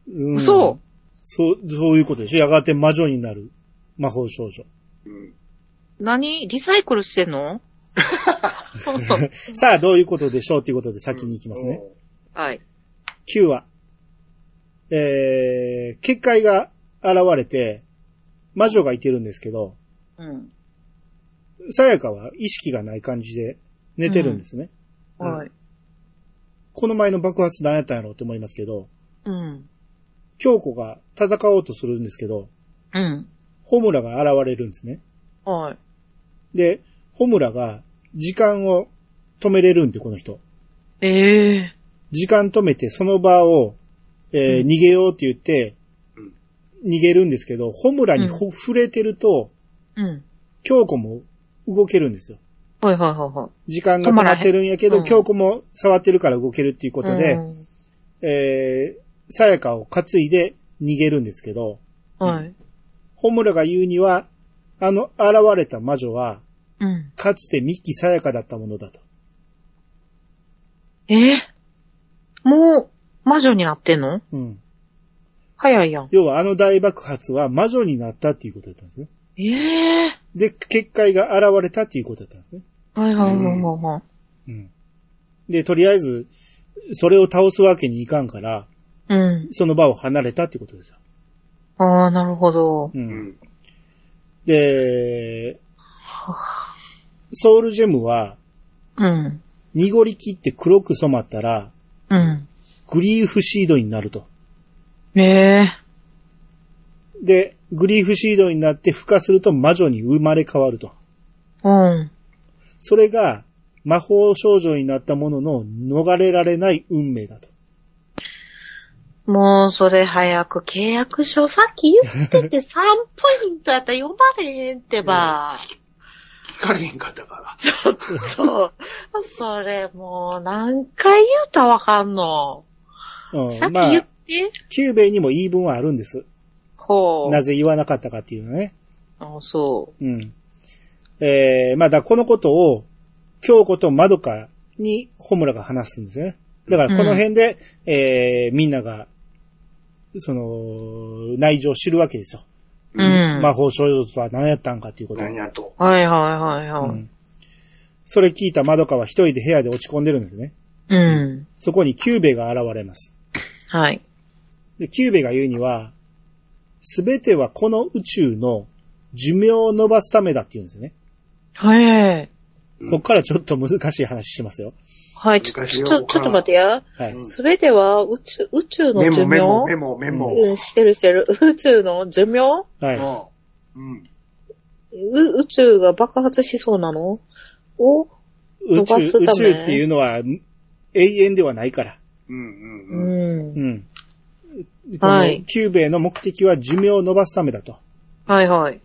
Speaker 1: うん
Speaker 2: 嘘
Speaker 1: そう、そういうことでしょ。やがて魔女になる魔法少女。
Speaker 3: うん。
Speaker 2: 何リサイクルしてん [laughs] の
Speaker 1: さあ、どういうことでしょうっていうことで先に行きますね。
Speaker 2: [laughs] はい。
Speaker 1: 9話。えー、結界が現れて、魔女がいてるんですけど、
Speaker 2: うん。
Speaker 1: さやかは意識がない感じで寝てるんですね。
Speaker 3: うん
Speaker 2: はい。
Speaker 1: この前の爆発何やったんやろうって思いますけど、
Speaker 2: うん。
Speaker 1: 京子が戦おうとするんですけど、
Speaker 2: うん。
Speaker 1: ホムラが現れるんですね。
Speaker 2: はい。
Speaker 1: で、ホムラが時間を止めれるんで、この人。
Speaker 2: ええ
Speaker 1: 時間止めてその場を、えー
Speaker 2: う
Speaker 1: 逃
Speaker 2: ん
Speaker 1: げようって言って
Speaker 3: うん、
Speaker 1: 逃げるんですけど、ホムラにほ触れてると、
Speaker 2: うん。
Speaker 1: 京子も動けるんですよ。
Speaker 2: はいはいはいはい。
Speaker 1: 時間が止まってるんやけど、
Speaker 2: 止まらへんう
Speaker 1: 京
Speaker 2: ん
Speaker 1: 子も触ってるから動けるっていうことで、
Speaker 2: うん
Speaker 1: えー、さやかを担いで逃げるんですけど、
Speaker 2: はい。
Speaker 1: ホムラが言うには、あの現れた魔女は、
Speaker 2: うん。
Speaker 1: かつてミッキーさやかだったものだと。
Speaker 2: ええもう、魔女になってんの
Speaker 1: うん。
Speaker 2: 早いやん。
Speaker 1: 要はあの大爆発は魔女になったっていうことだったんですね。
Speaker 2: ええ
Speaker 1: で、結界が現れたっていうことだったんですね。
Speaker 2: はいはいはいはいは
Speaker 1: う
Speaker 2: い。
Speaker 1: ん。で、とりあえず、それを倒すわけにいかんから、
Speaker 2: うん。
Speaker 1: その場を離れたっていうことですよ。
Speaker 2: ああ、なるほど。
Speaker 1: う。
Speaker 3: うんん。
Speaker 1: で、ソウルジェムは、
Speaker 2: うん。
Speaker 1: 濁り切って黒く染まったら、
Speaker 2: うん。
Speaker 1: グリーフシードになると。
Speaker 2: ね
Speaker 1: で、グリーフシードになって孵化すると魔女に生まれ変わると。
Speaker 2: え。うん。
Speaker 1: それが、魔法少女になったものの逃れられない運命だと。
Speaker 2: もう、それ早く契約書さっき言って [laughs] て3ポイントやったら読まれへんってば。
Speaker 3: 聞かれへんかったから。
Speaker 2: ちょっ
Speaker 3: [laughs]
Speaker 2: と、それもう何回言うたらわかんの。さ
Speaker 1: う
Speaker 2: っ
Speaker 1: ん。
Speaker 2: き
Speaker 1: ま
Speaker 2: 言っ
Speaker 1: あ、
Speaker 2: て。
Speaker 1: キューベイにも言い分はあるんです。
Speaker 2: こう。
Speaker 1: なぜ言わなかったかっていうのね。
Speaker 2: あそ
Speaker 1: うん。えー、まあ、だからこのことを、京子とまどかに、ホムラが話すんですね。だからこの辺で、えー、みんなが、その、内情を知るわけですよ。
Speaker 2: う。うん。
Speaker 1: 魔法少女とは何やったんかっていうこと。
Speaker 3: 何やと。
Speaker 2: はいはいはいは
Speaker 1: う
Speaker 2: い。
Speaker 1: ん。それ聞いたまどかは一人で部屋で落ち込んでるんですね。
Speaker 2: うん。
Speaker 1: そこにキューベが現れます。
Speaker 2: はい。
Speaker 1: で、キューベが言うには、すべてはこの宇宙の寿命を伸ばすためだって言うんですよね。
Speaker 2: はい。
Speaker 3: うん
Speaker 1: こっからちょっと難しい話しますよ。
Speaker 2: はい、ちょ、
Speaker 3: 難し
Speaker 2: ち
Speaker 3: い
Speaker 2: ょ
Speaker 3: よ
Speaker 2: っと、ちょっと待ってや。
Speaker 1: はい。
Speaker 3: うん
Speaker 2: すべては宇宙、宇宙の
Speaker 3: メ
Speaker 2: 寿命
Speaker 3: モ、メモ、メモ、メモ。
Speaker 2: うん、してるしてる。 [laughs] 宇宙の寿命
Speaker 1: はい。
Speaker 3: うん。
Speaker 2: う宇宙が爆発しそうなのお
Speaker 1: 宇
Speaker 2: 伸ば
Speaker 1: 宙、
Speaker 2: す
Speaker 1: 宇
Speaker 2: ため
Speaker 1: 宙っていうのは永遠ではないから。
Speaker 3: うん
Speaker 2: う
Speaker 3: うんうん。
Speaker 2: ん。
Speaker 1: うん。こ
Speaker 2: は
Speaker 1: の
Speaker 2: い
Speaker 1: キューベの目的は寿命を伸ばすためだと。
Speaker 2: はいはい。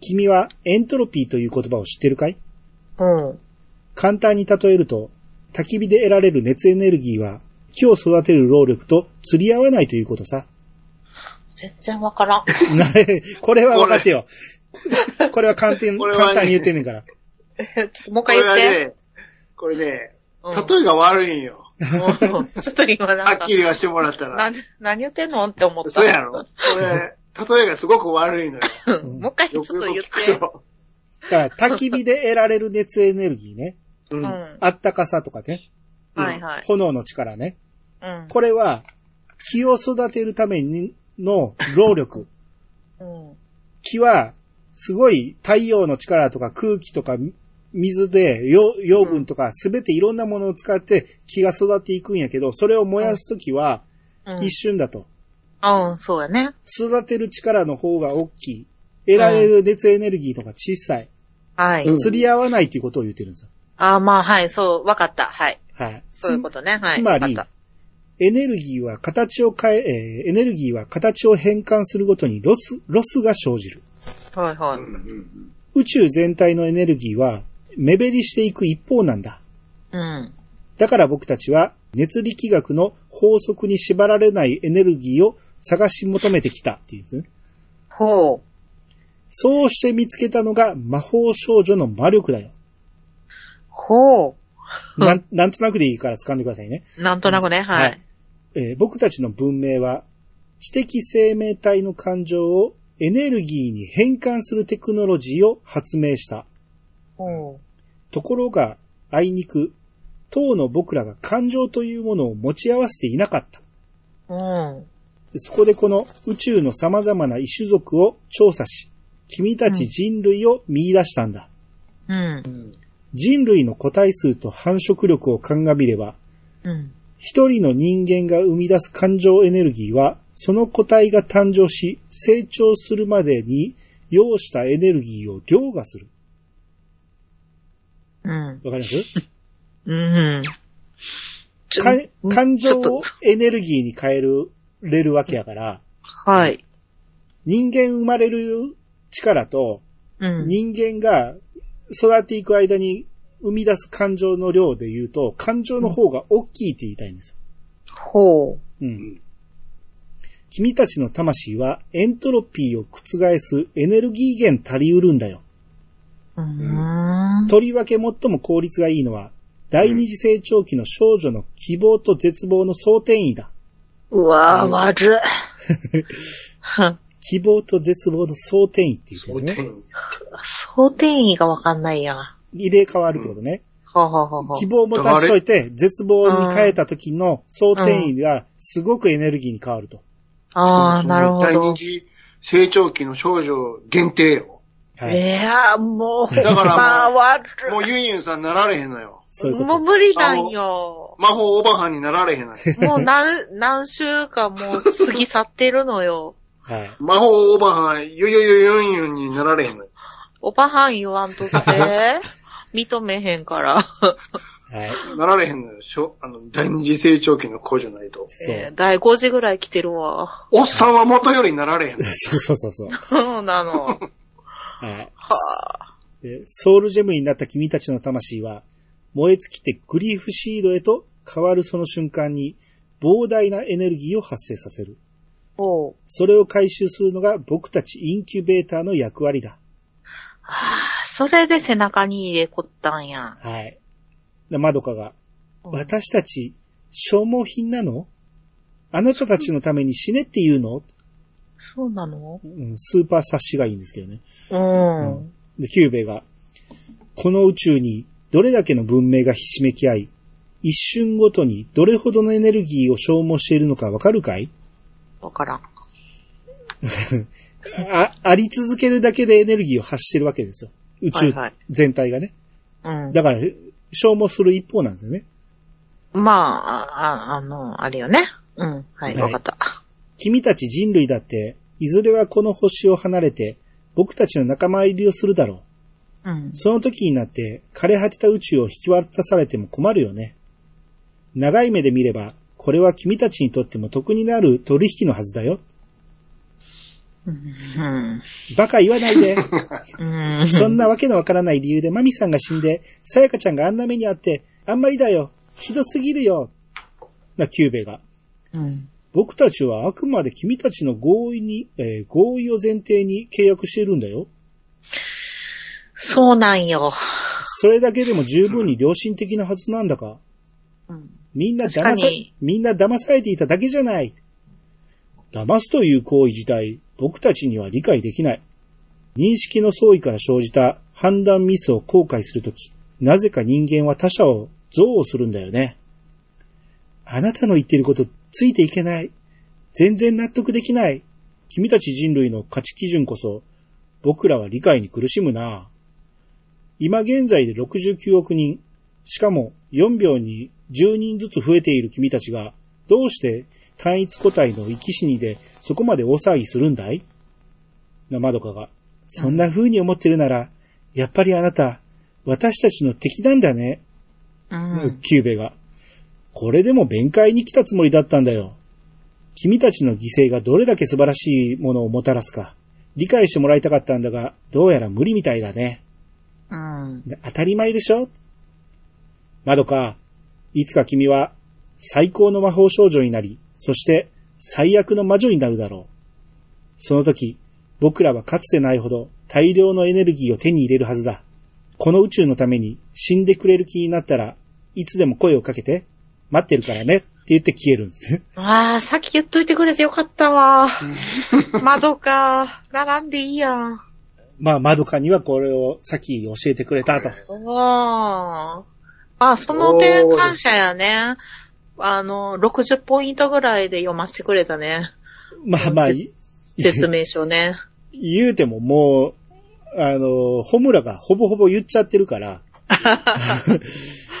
Speaker 1: 君はエントロピーという言葉を知ってるかい
Speaker 2: うん。
Speaker 1: 簡単に例えると、焚き火で得られる熱エネルギーは、木を育てる労力と釣り合わないということさ。 [laughs]
Speaker 2: 全然わからん。 [laughs]
Speaker 1: なこれは分かってよ。これは簡単、
Speaker 3: これはね
Speaker 1: 簡単に言ってんねんから。
Speaker 2: ちょっともう一
Speaker 3: こ
Speaker 2: 回
Speaker 3: れ
Speaker 2: 言
Speaker 3: は
Speaker 2: って。
Speaker 3: ね、これね、
Speaker 2: うん
Speaker 3: 例えが悪いんよ。
Speaker 2: うん [laughs] ちょっと今な
Speaker 3: は
Speaker 2: ん
Speaker 3: っ
Speaker 2: か
Speaker 3: き、り言わしてもらったら。
Speaker 2: な何言ってんのって思った。
Speaker 3: そうやろこれ、例えがすごく悪いのよ。
Speaker 2: うんもう一 [laughs] 回ちょっ
Speaker 3: よく
Speaker 2: と
Speaker 3: よく
Speaker 2: 言って
Speaker 3: 聞く。と。
Speaker 1: だから、焚き火で得られる熱エネルギーね。
Speaker 3: う
Speaker 2: うん。
Speaker 3: ん。
Speaker 1: あったかさとかね。
Speaker 2: はいはい。
Speaker 1: 炎の力ね。
Speaker 2: うん。
Speaker 1: これは、木を育てるためにの労力。
Speaker 2: うん。
Speaker 1: 木は、すごい太陽の力とか空気とか水で養養分とかすべていろんなものを使って木が育っていくんやけど、それを燃やすときは
Speaker 2: うん
Speaker 1: 一瞬だと。
Speaker 2: うん、そうやね。
Speaker 1: 育てる力の方が大きい。得られる熱エネルギーの方が小さい。
Speaker 2: はい。
Speaker 3: うん
Speaker 1: 釣り合わないということを言ってるんですよ。
Speaker 2: ああ、まあ、はい、そう、わかった。はい。
Speaker 1: はい。
Speaker 2: そういうことね。はい。
Speaker 1: つまり
Speaker 2: わかっ
Speaker 1: エネルギーは形を変え、えーエネルギーは形を変換するごとにロス、ロスが生じる。
Speaker 2: たはいは
Speaker 3: うんう
Speaker 2: い。
Speaker 3: ん
Speaker 1: 宇宙全体のエネルギーは目減りしていく一方なんだ。
Speaker 2: うん。
Speaker 1: だから僕たちは熱力学の法則に縛られないエネルギーを探し求めてきたっていうんですね。
Speaker 2: ほう。
Speaker 1: そうして見つけたのが魔法少女の魔力だよ。
Speaker 2: ほ
Speaker 1: なん、なんとなくでいいから掴んでくださいね。
Speaker 2: う。なんとなくね、は。
Speaker 1: はいえー僕たちの文明は知的生命体の感情をエネルギーに変換するテクノロジーを発明した。
Speaker 2: ほう。
Speaker 1: ところが、あいにく、当の僕らが感情というものを持ち合わせていなかった。
Speaker 2: うん。
Speaker 1: そこでこの宇宙の様々な異種族を調査し、君たち人類を見出したんだ。
Speaker 2: うん。
Speaker 1: 人類の個体数と繁殖力を鑑みれば、
Speaker 2: うん。
Speaker 1: 一人の人間が生み出す感情エネルギーは、その個体が誕生し、成長するまでに要したエネルギーを凌駕する。
Speaker 2: うん。
Speaker 1: わかります
Speaker 2: うん。ちょ
Speaker 1: か感情
Speaker 2: ちょ
Speaker 1: を
Speaker 2: っ
Speaker 1: エネルギーに変える、れるわけやから、
Speaker 2: とはい。
Speaker 1: 人間生まれる力と、
Speaker 2: うん。
Speaker 1: 人間が育っていく間に生み出す感情の量で言うと、感情の方が大きいって言いたいんですよ。
Speaker 2: ほう。
Speaker 1: うん
Speaker 3: ん
Speaker 1: 君たちの魂はエントロピーを覆すエネルギー源足りうるんだよ。
Speaker 2: うーん。
Speaker 1: とりわけ最も効率がいいのは、第二次成長期の少女の希望と絶望の総転移だ。
Speaker 2: うわぁ、悪い。は
Speaker 1: 希望と絶望の総転移って言
Speaker 3: う。
Speaker 1: うんてね。
Speaker 2: [laughs] 想定意がわかんないやん。は
Speaker 1: 入れ替わるってことね。
Speaker 2: あ、はあはあはあ
Speaker 1: 希望も足しといて、絶望に変えた時の総転移がすごくエネルギーに変わると。
Speaker 2: ああ、なるほ
Speaker 3: 第
Speaker 2: ど
Speaker 3: 二。次成長期の少女限定よ。
Speaker 1: はいい。
Speaker 2: やー、もう、
Speaker 3: だからもう
Speaker 2: まあ、悪い。
Speaker 3: もうユンユンさんなられへんのよ。
Speaker 1: そういうこ
Speaker 2: も
Speaker 1: と
Speaker 2: う
Speaker 1: です。
Speaker 2: 無理なんよ。
Speaker 3: 魔法おばはんになられへんのよ。
Speaker 2: もう何、何週間もう過ぎ去ってるのよ。
Speaker 1: はい。
Speaker 3: 魔法おばはん、ゆゆゆユンユンになられへんのよ。
Speaker 2: おばはん言わんとって。認めへんから。
Speaker 1: はい。
Speaker 3: なられへんのよ。しょあの、第二次成長期の子じゃないと。
Speaker 1: そ
Speaker 2: え
Speaker 1: う
Speaker 2: ー。第5時ぐらい来てるわ。
Speaker 3: おっさんは元よりなられへん。
Speaker 1: そうそうそうそう。
Speaker 2: そうなの。
Speaker 1: はい。
Speaker 2: はあ。
Speaker 1: でソウルジェムになった君たちの魂は、燃え尽きてグリーフシードへと変わるその瞬間に、膨大なエネルギーを発生させる。
Speaker 2: おう。
Speaker 1: それを回収するのが僕たちインキュベーターの役割だ。
Speaker 2: ああ、それで背中に入れこったんやん。
Speaker 1: はい。で、まどかが、私たち、消耗品なのあなたたちのために死ねって言うの、
Speaker 2: そうなの
Speaker 1: うん、スーパー察しがいいんですけどね。
Speaker 2: うん。
Speaker 1: うんで、キューベが、この宇宙にどれだけの文明がひしめき合い、一瞬ごとにどれほどのエネルギーを消耗しているのかわかるかい
Speaker 2: わからん。
Speaker 1: あ、あり続けるだけでエネルギーを発してるわけですよ。宇
Speaker 2: はい
Speaker 1: 宙
Speaker 2: はい。
Speaker 1: 全体がね。
Speaker 2: うん。
Speaker 1: だから、消耗する一方なんですよね。
Speaker 2: まあ、あ、あの、あれよね。うん。はい、
Speaker 1: はい
Speaker 2: わかった。
Speaker 1: 君たち人類だって、いずれはこの星を離れて、僕たちの仲間入りをするだろ
Speaker 2: うん
Speaker 1: う。。その時になって、枯れ果てた宇宙を引き渡されても困るよね。長い目で見れば、これは君たちにとっても得になる取引のはずだよ。
Speaker 2: うん。
Speaker 1: バカ言わないで。
Speaker 2: うん。
Speaker 1: そんなわけのわからない理由でマミさんが死んで、さやかちゃんがあんな目にあって、あんまりだよ。ひどすぎるよ。な、キューベが。
Speaker 2: うん。
Speaker 1: 僕たちはあくまで君たちの合意に、えー合意を前提に契約しているんだよ。
Speaker 2: そうなんよ。
Speaker 1: それだけでも十分に良心的なはずなんだか。
Speaker 2: うん。
Speaker 1: みんな騙さ
Speaker 2: 確かに、
Speaker 1: みんな騙されていただけじゃない。騙すという行為自体、僕たちには理解できない。認識の相違から生じた判断ミスを後悔するとき、なぜか人間は他者を憎悪するんだよね。あなたの言ってることついていけない。全然納得できない。君たち人類の価値基準こそ、僕らは理解に苦しむな。今現在で69億人、しかも4秒に10人ずつ増えている君たちが、どうして単一個体の生き死にでそこまで大騒ぎするんだいな、まどかが。そんな風に思ってるなら、やっぱりあなた、私たちの敵なんだね。
Speaker 2: うん。
Speaker 1: キューベが。これでも弁解に来たつもりだったんだよ。君たちの犠牲がどれだけ素晴らしいものをもたらすか、理解してもらいたかったんだが、どうやら無理みたいだね。
Speaker 2: うん。
Speaker 1: で当たり前でしょまどか、いつか君は最高の魔法少女になり、そして最悪の魔女になるだろう。その時、僕らはかつてないほど大量のエネルギーを手に入れるはずだ。この宇宙のために死んでくれる気になったらいつでも声をかけて、待ってるからねって言って消えるんですね。
Speaker 2: ああ、さっき言っといてくれてよかったわ。窓か。並んでいいやん。
Speaker 1: まあ、まどかにはこれをさっき教えてくれたと。
Speaker 2: おー。あ、その点感謝やね。あの、60ポイントぐらいで読ませてくれ
Speaker 1: [laughs]
Speaker 2: たね。
Speaker 1: まあまあ、い
Speaker 2: 説明書ね。
Speaker 1: 言うてももう、あの、ホムラがほぼほぼ言っちゃってる
Speaker 2: [laughs]
Speaker 1: から、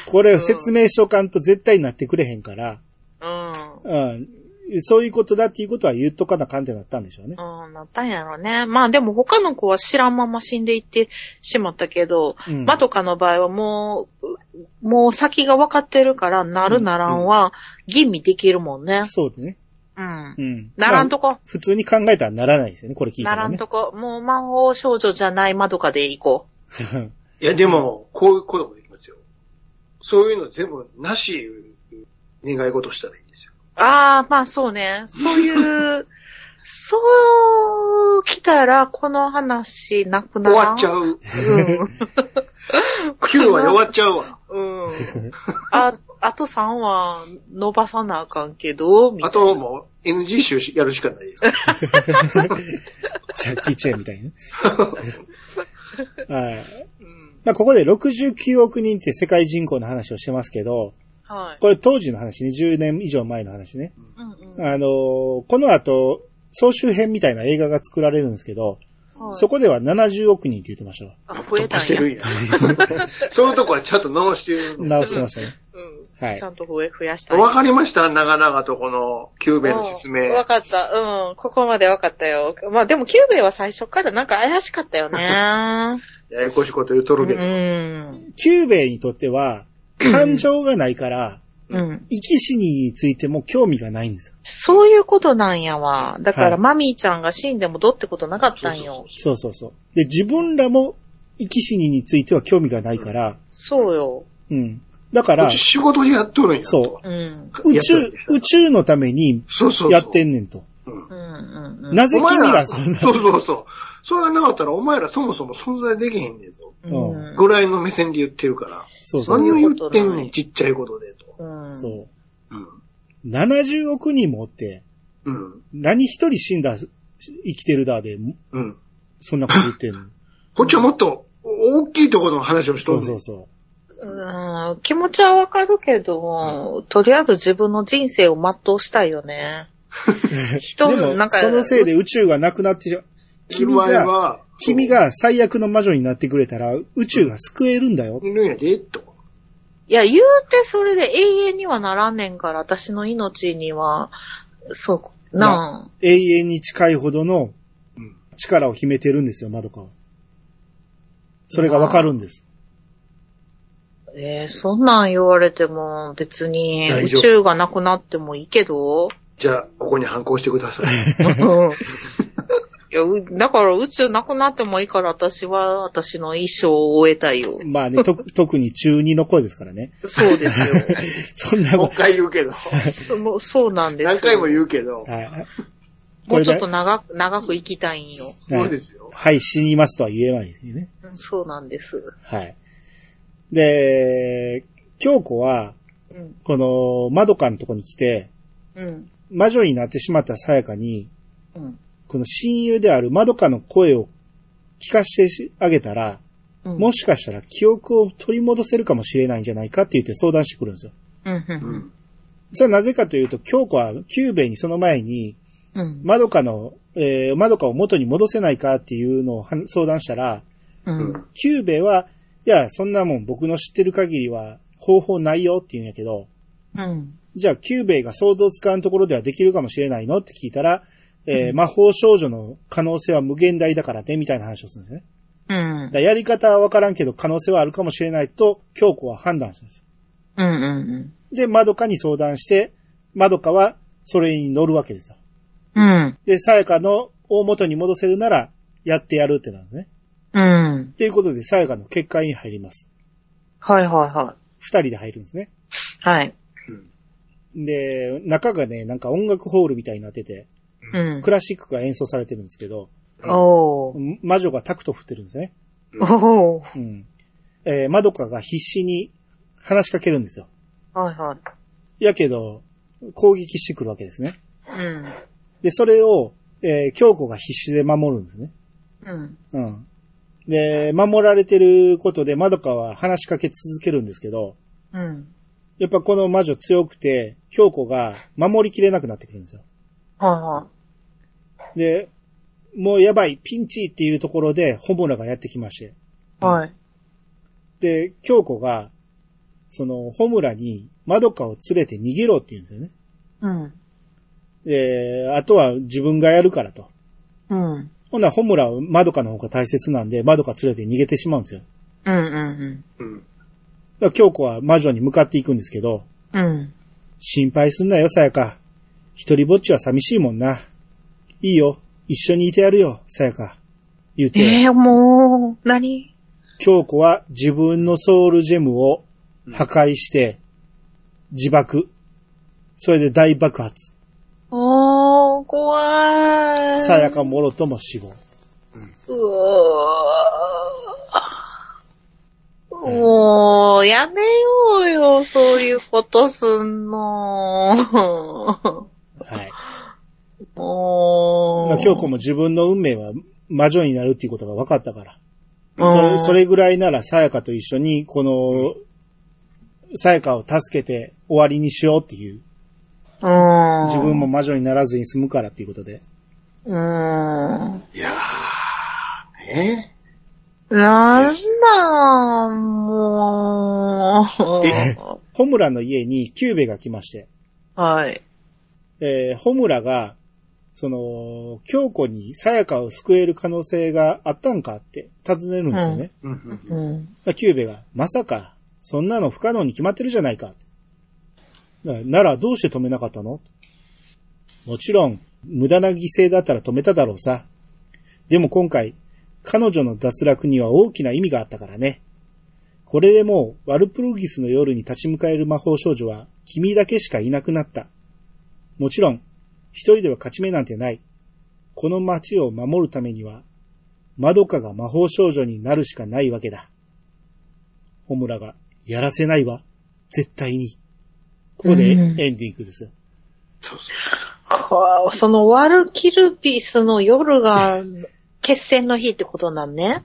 Speaker 1: これ説明書かんと絶対になってくれへんから、
Speaker 2: うん。
Speaker 1: うん、そういうことだっていうことは言っとかなかんってなったんでしょうね。
Speaker 2: うん、なったんやろね。まあでも他の子は知らんまま死んでいってしまったけど、
Speaker 1: うん
Speaker 2: まとかの場合はもう、もう先が分かってるから、なるならんは、吟味できるもんね。
Speaker 1: そうでね。
Speaker 2: うん。
Speaker 1: うん。
Speaker 2: ならんと
Speaker 1: まあ
Speaker 2: こ。
Speaker 1: 普通に考えたらならないですよね、これ聞いた
Speaker 2: なら
Speaker 1: ら、
Speaker 2: ん
Speaker 1: ね。
Speaker 2: とこ。もう魔法少女じゃないまどかで行こ
Speaker 3: いや、でも、こういうこともできますよ。そういうの全部なし、願い事したらいいんですよ。
Speaker 2: う。ああ、まあそうね。そういう、そう、来たら、この話、なくな
Speaker 3: 終
Speaker 2: らん
Speaker 3: わっちゃう。
Speaker 2: うん。
Speaker 3: 9は終わっちゃうわ。
Speaker 2: うん。あ、あと3は伸ばさなあかんけど、みた
Speaker 3: あ
Speaker 2: い
Speaker 3: ともう NG 集やるしかないよ。
Speaker 1: ジャッキー・ [laughs] チェンみたいにね。 [laughs] はい。
Speaker 2: な。うん。
Speaker 1: まあ、ここで69億人って世界人口の話をしてますけど、
Speaker 2: はい。
Speaker 1: これ当時の話ね、10年以上前の話ね。
Speaker 2: うんうん。
Speaker 1: あのーこの後、総集編みたいな映画が作られるんですけど、
Speaker 2: はい
Speaker 1: そこでは70億人って言ってましたわ。
Speaker 2: あ、増えた
Speaker 3: して
Speaker 2: んや。
Speaker 3: るんや。そういうとこはちゃんと直してるんだ。
Speaker 1: 直してましたね。
Speaker 2: うん。
Speaker 1: はい
Speaker 2: ち。ゃんと増え、増やしたい。
Speaker 3: わかりました長々とこの、キューベの説明
Speaker 2: うん。わかった。うん。ここまでわかったよ。まあでも、キューベは最初からなんか怪しかったよね。
Speaker 3: ややこしいこと言うと
Speaker 2: う
Speaker 3: るけど。
Speaker 2: ん。
Speaker 1: キューベイにとっては、感情がないから、
Speaker 2: うん。
Speaker 1: 生き死にについても興味がないんですよ。
Speaker 2: そういうことなんやわ。だから、
Speaker 1: はい
Speaker 2: マミーちゃんが死んでもどうってことなかったんよ。
Speaker 1: そうそうそう。で、自分らも生き死にについては興味がないから、
Speaker 2: そうよ。
Speaker 1: うん。だから
Speaker 3: うち、仕事でやっとるんやと。
Speaker 1: そう
Speaker 2: うん。
Speaker 1: 宇
Speaker 3: やっとる
Speaker 1: 宙
Speaker 3: んです、よ
Speaker 1: 宇宙のために
Speaker 3: そうそうそう。
Speaker 1: やってんねんと。
Speaker 3: うん
Speaker 2: うんうんうん。
Speaker 1: なぜ
Speaker 3: お前
Speaker 1: 君
Speaker 3: ら、
Speaker 1: ら [laughs]
Speaker 3: そ
Speaker 1: そ
Speaker 3: うん
Speaker 1: な、
Speaker 3: そうそうそう。それがなかったらお前らそもそも存在できへんねんぞ。
Speaker 2: うん
Speaker 3: ぐらいの目線で言ってるから。
Speaker 1: そうそう
Speaker 3: 何
Speaker 1: そ
Speaker 3: を
Speaker 1: う。
Speaker 3: 言ってんねん、ちっちゃいことでと。
Speaker 2: うん。
Speaker 1: そう
Speaker 3: うん。
Speaker 1: 70億人もおって、
Speaker 3: うん。
Speaker 1: 何一人死んだ、し生きてるだで、も
Speaker 3: うん。
Speaker 1: そんなこと言ってんの。
Speaker 3: こっちはもっと大きいところの話をし
Speaker 1: そ
Speaker 3: とん
Speaker 1: う
Speaker 3: ねん。
Speaker 1: そうそう。
Speaker 2: うん。気持ちはわかるけど、とりあえず自分の人生を全うしたいよ
Speaker 3: [laughs]
Speaker 2: ね。人
Speaker 1: で
Speaker 2: の、な
Speaker 1: も、
Speaker 2: んか、
Speaker 1: そのせいで宇宙がなくなってしまう。君
Speaker 3: お前
Speaker 1: が、
Speaker 3: は、
Speaker 1: 君が最悪の魔女になってくれたら、宇宙が救えるんだよ。
Speaker 3: いるんやで、と。
Speaker 2: いや、言うてそれで永遠にはならんねんから、私の命には、そう、な
Speaker 1: 永遠に近いほどの
Speaker 3: うん
Speaker 1: 力を秘めてるんですよ、窓かは。それがわかるんです。
Speaker 2: あ。えーそんなん言われても、別に、
Speaker 3: 大
Speaker 2: 宇
Speaker 3: 丈夫
Speaker 2: 宙がなくなってもいいけ
Speaker 3: [laughs]
Speaker 2: ど。
Speaker 3: じゃあ、ここに反抗してくださ
Speaker 1: [laughs]
Speaker 3: い。
Speaker 2: うんいや、うだから宇宙なくなってもいいから、私は、私の一生を終えた
Speaker 3: [laughs]
Speaker 2: いよ。
Speaker 1: まあね、と、特に中二の声ですからね。
Speaker 2: そうですよ。
Speaker 1: そんな
Speaker 3: もう
Speaker 1: こ
Speaker 3: 一回言
Speaker 1: [laughs]
Speaker 3: うけど。
Speaker 2: そそうなんですよ。
Speaker 3: 何回も言うけど
Speaker 1: と。、はい。
Speaker 2: もうちょっと長く、長く生きたいんよ。
Speaker 1: は
Speaker 3: そう
Speaker 1: い
Speaker 3: ですよ。
Speaker 1: はい、死にますとは言えないですね。
Speaker 2: そうなんです。
Speaker 1: はい。で、京子は、
Speaker 2: うん。
Speaker 1: この、まどかのとこに来て、
Speaker 2: うん。
Speaker 1: 魔女になってしまったさやかに、
Speaker 2: うん。
Speaker 1: この親友であるまどかの声を聞かせてあげたら、
Speaker 2: うん
Speaker 1: もしかしたら記憶を取り戻せるかもしれないんじゃないかって言って相談してくるんですよ。
Speaker 2: うん。う。
Speaker 3: うんん。
Speaker 1: それはなぜかというと、京子は久兵衛にその前に、
Speaker 2: うん。
Speaker 1: まどかの、えー、まどかを元に戻せないかっていうのをは相談したら、
Speaker 2: うん。
Speaker 1: 久兵衛は、いや、そんなもん僕の知ってる限りは方法ないよって言うんやけど、
Speaker 2: うん。
Speaker 1: じゃあ久兵衛が想像つかんところではできるかもしれないのって聞いたら、えー魔法少女の可能性は無限大だからね、みたいな話をするんですね。
Speaker 2: うん
Speaker 1: だか。らやり方はわからんけど可能性はあるかもしれないと、京子は判断するんです。
Speaker 2: うん。うん。
Speaker 1: で、まどかに相談して、まどかはそれに乗るわけですよ。
Speaker 2: うん。
Speaker 1: で、さやかの大元に戻せるなら、やってやるってなるんですね。
Speaker 2: うん。
Speaker 1: っていうことで、さやかの結界に入ります。
Speaker 2: はいはいは
Speaker 1: 二人で入るんですね。
Speaker 2: い。はい。
Speaker 1: で、中がね、なんか音楽ホールみたいになってて、
Speaker 2: うん
Speaker 1: ク。ラシックが演奏されてるんですけど、
Speaker 2: おー。
Speaker 1: 魔女がタクト振ってるんですね。
Speaker 2: おー。
Speaker 1: うん。えー、まどかが必死に話しかけるんですよ。
Speaker 2: はいはい。
Speaker 1: やけど、攻撃してくるわけですね。
Speaker 2: うん。
Speaker 1: で、それを、えー京子が必死で守るんですね。
Speaker 2: うん。
Speaker 1: うん。で、守られてることで、まどかは話しかけ続けるんですけど、
Speaker 2: うん。
Speaker 1: やっぱこの魔女強くて、京子が守りきれなくなってくるんですよ。
Speaker 2: はいはい。
Speaker 1: で、もうやばい、ピンチっていうところで、ホムラがやってきまして。
Speaker 2: はい。
Speaker 1: で、京子が、その、ホムラに、マドカを連れて逃げろって言うんですよね。
Speaker 2: うん。
Speaker 1: で、あとは自分がやるからと。
Speaker 2: うん。
Speaker 1: ほんなら、ホムラはマドカの方が大切なんで、マドカ連れて逃げてしまうんですよ。だか
Speaker 2: うん。うん。
Speaker 3: うん。
Speaker 1: ら京子は魔女に向かっていくんですけど、
Speaker 2: うん。
Speaker 1: 心配すんなよ、さやか。一人ぼっちは寂しいもんな。いいよ、一緒にいてやるよ、さやか。言うて。
Speaker 2: えー、もう、何
Speaker 1: 京子は自分のソウルジェムを破壊して、自爆。それで大爆発。
Speaker 2: おー、怖い。
Speaker 1: さやかもろとも死亡。
Speaker 2: うおーもう、やめようよ、そういうことすんの。
Speaker 1: はい。
Speaker 2: も
Speaker 1: まあ、
Speaker 2: う。
Speaker 1: 京子も自分の運命は魔女になるっていうことが分かったから。
Speaker 2: うん
Speaker 1: それそれぐらいならさやかと一緒に、この、さやかを助けて終わりにしようっていう。
Speaker 2: うん。
Speaker 1: 自分も。魔女にならずに済むからっていうことで。
Speaker 2: うん。
Speaker 3: いやー、ね
Speaker 2: なんなん、もう。
Speaker 3: え
Speaker 1: ホムラの家にキューベが来まして、
Speaker 2: はい。
Speaker 1: えー、ホムラが、その、京子にさやかを救える可能性があったんかって尋ねるんですよね。
Speaker 3: うんうんうん
Speaker 2: うん。
Speaker 1: だからキューベが、まさか、そんなの不可能に決まってるじゃないか。だからならどうして止めなかったのもちろん、無駄な犠牲だったら止めただろうさ。でも今回、彼女の脱落には大きな意味があったからね。これでもう、ワルプルギスの夜に立ち向かえる魔法少女は、君だけしかいなくなった。もちろん、一人では勝ち目なんてない。この街を守るためには、マドカが魔法少女になるしかないわけだ。ホムラが、やらせないわ。絶対に。ここでエンディングです。
Speaker 3: そうそう。
Speaker 2: こうそのワルキルピスの夜 [laughs] が決戦の日ってことなんね。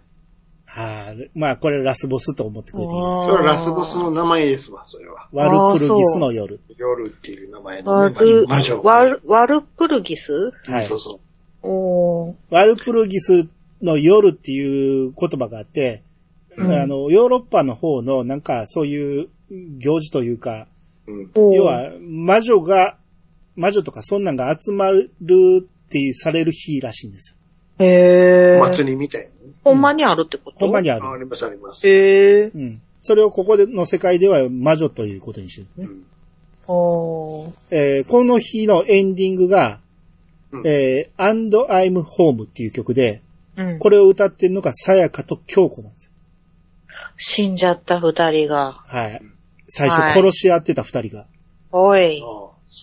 Speaker 1: はい。まあ、これラスボスと思ってくれていいです。
Speaker 3: それはラスボスの名前ですわ、それは。
Speaker 1: ワルプルギスの夜。
Speaker 3: 夜っていう名前
Speaker 2: ワ
Speaker 3: のね
Speaker 2: ル、
Speaker 3: 魔女。
Speaker 2: ワル、ワルプルギス
Speaker 1: は
Speaker 3: はい。
Speaker 1: い
Speaker 3: そ。うそう。
Speaker 2: おー。
Speaker 1: ワルプルギスの夜っていう言葉があって、
Speaker 2: うん
Speaker 1: あの、ヨーロッパの方のなんかそういう行事というか、
Speaker 3: うん。
Speaker 2: おー
Speaker 1: 要、は魔女が、魔女とかそんなんが集まるっていうされる日らしいんです。
Speaker 2: へー。
Speaker 3: お祭りみたいなね。
Speaker 2: ほんまにあるってこと
Speaker 1: ほんまにあ
Speaker 3: ああ
Speaker 1: る。
Speaker 3: りますあります。
Speaker 2: へー。
Speaker 1: うん。それをここでの世界では魔女ということにしてるんですね。
Speaker 3: うん
Speaker 2: おー。
Speaker 1: えーこの日のエンディングが、
Speaker 3: うん
Speaker 1: えー and I'm home っていう曲で、
Speaker 2: うん。
Speaker 1: これを歌ってるのがさやかと京子なんですよ。
Speaker 2: 死んじゃった二人が。
Speaker 1: はい。最初殺し合ってた二人が。
Speaker 2: お
Speaker 3: ああ
Speaker 2: い。、
Speaker 3: そう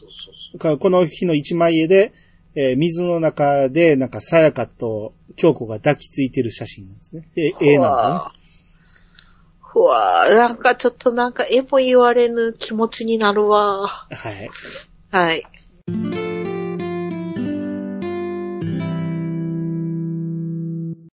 Speaker 3: そうそ
Speaker 1: かこの日の一枚絵で、えー水の中で、なんかさやかと京子が抱きついてる写真なんですね。え、絵なんだね。
Speaker 2: ふわーなんかちょっとなんか絵も言われぬ気持ちになるわ。
Speaker 1: はい。
Speaker 2: はい。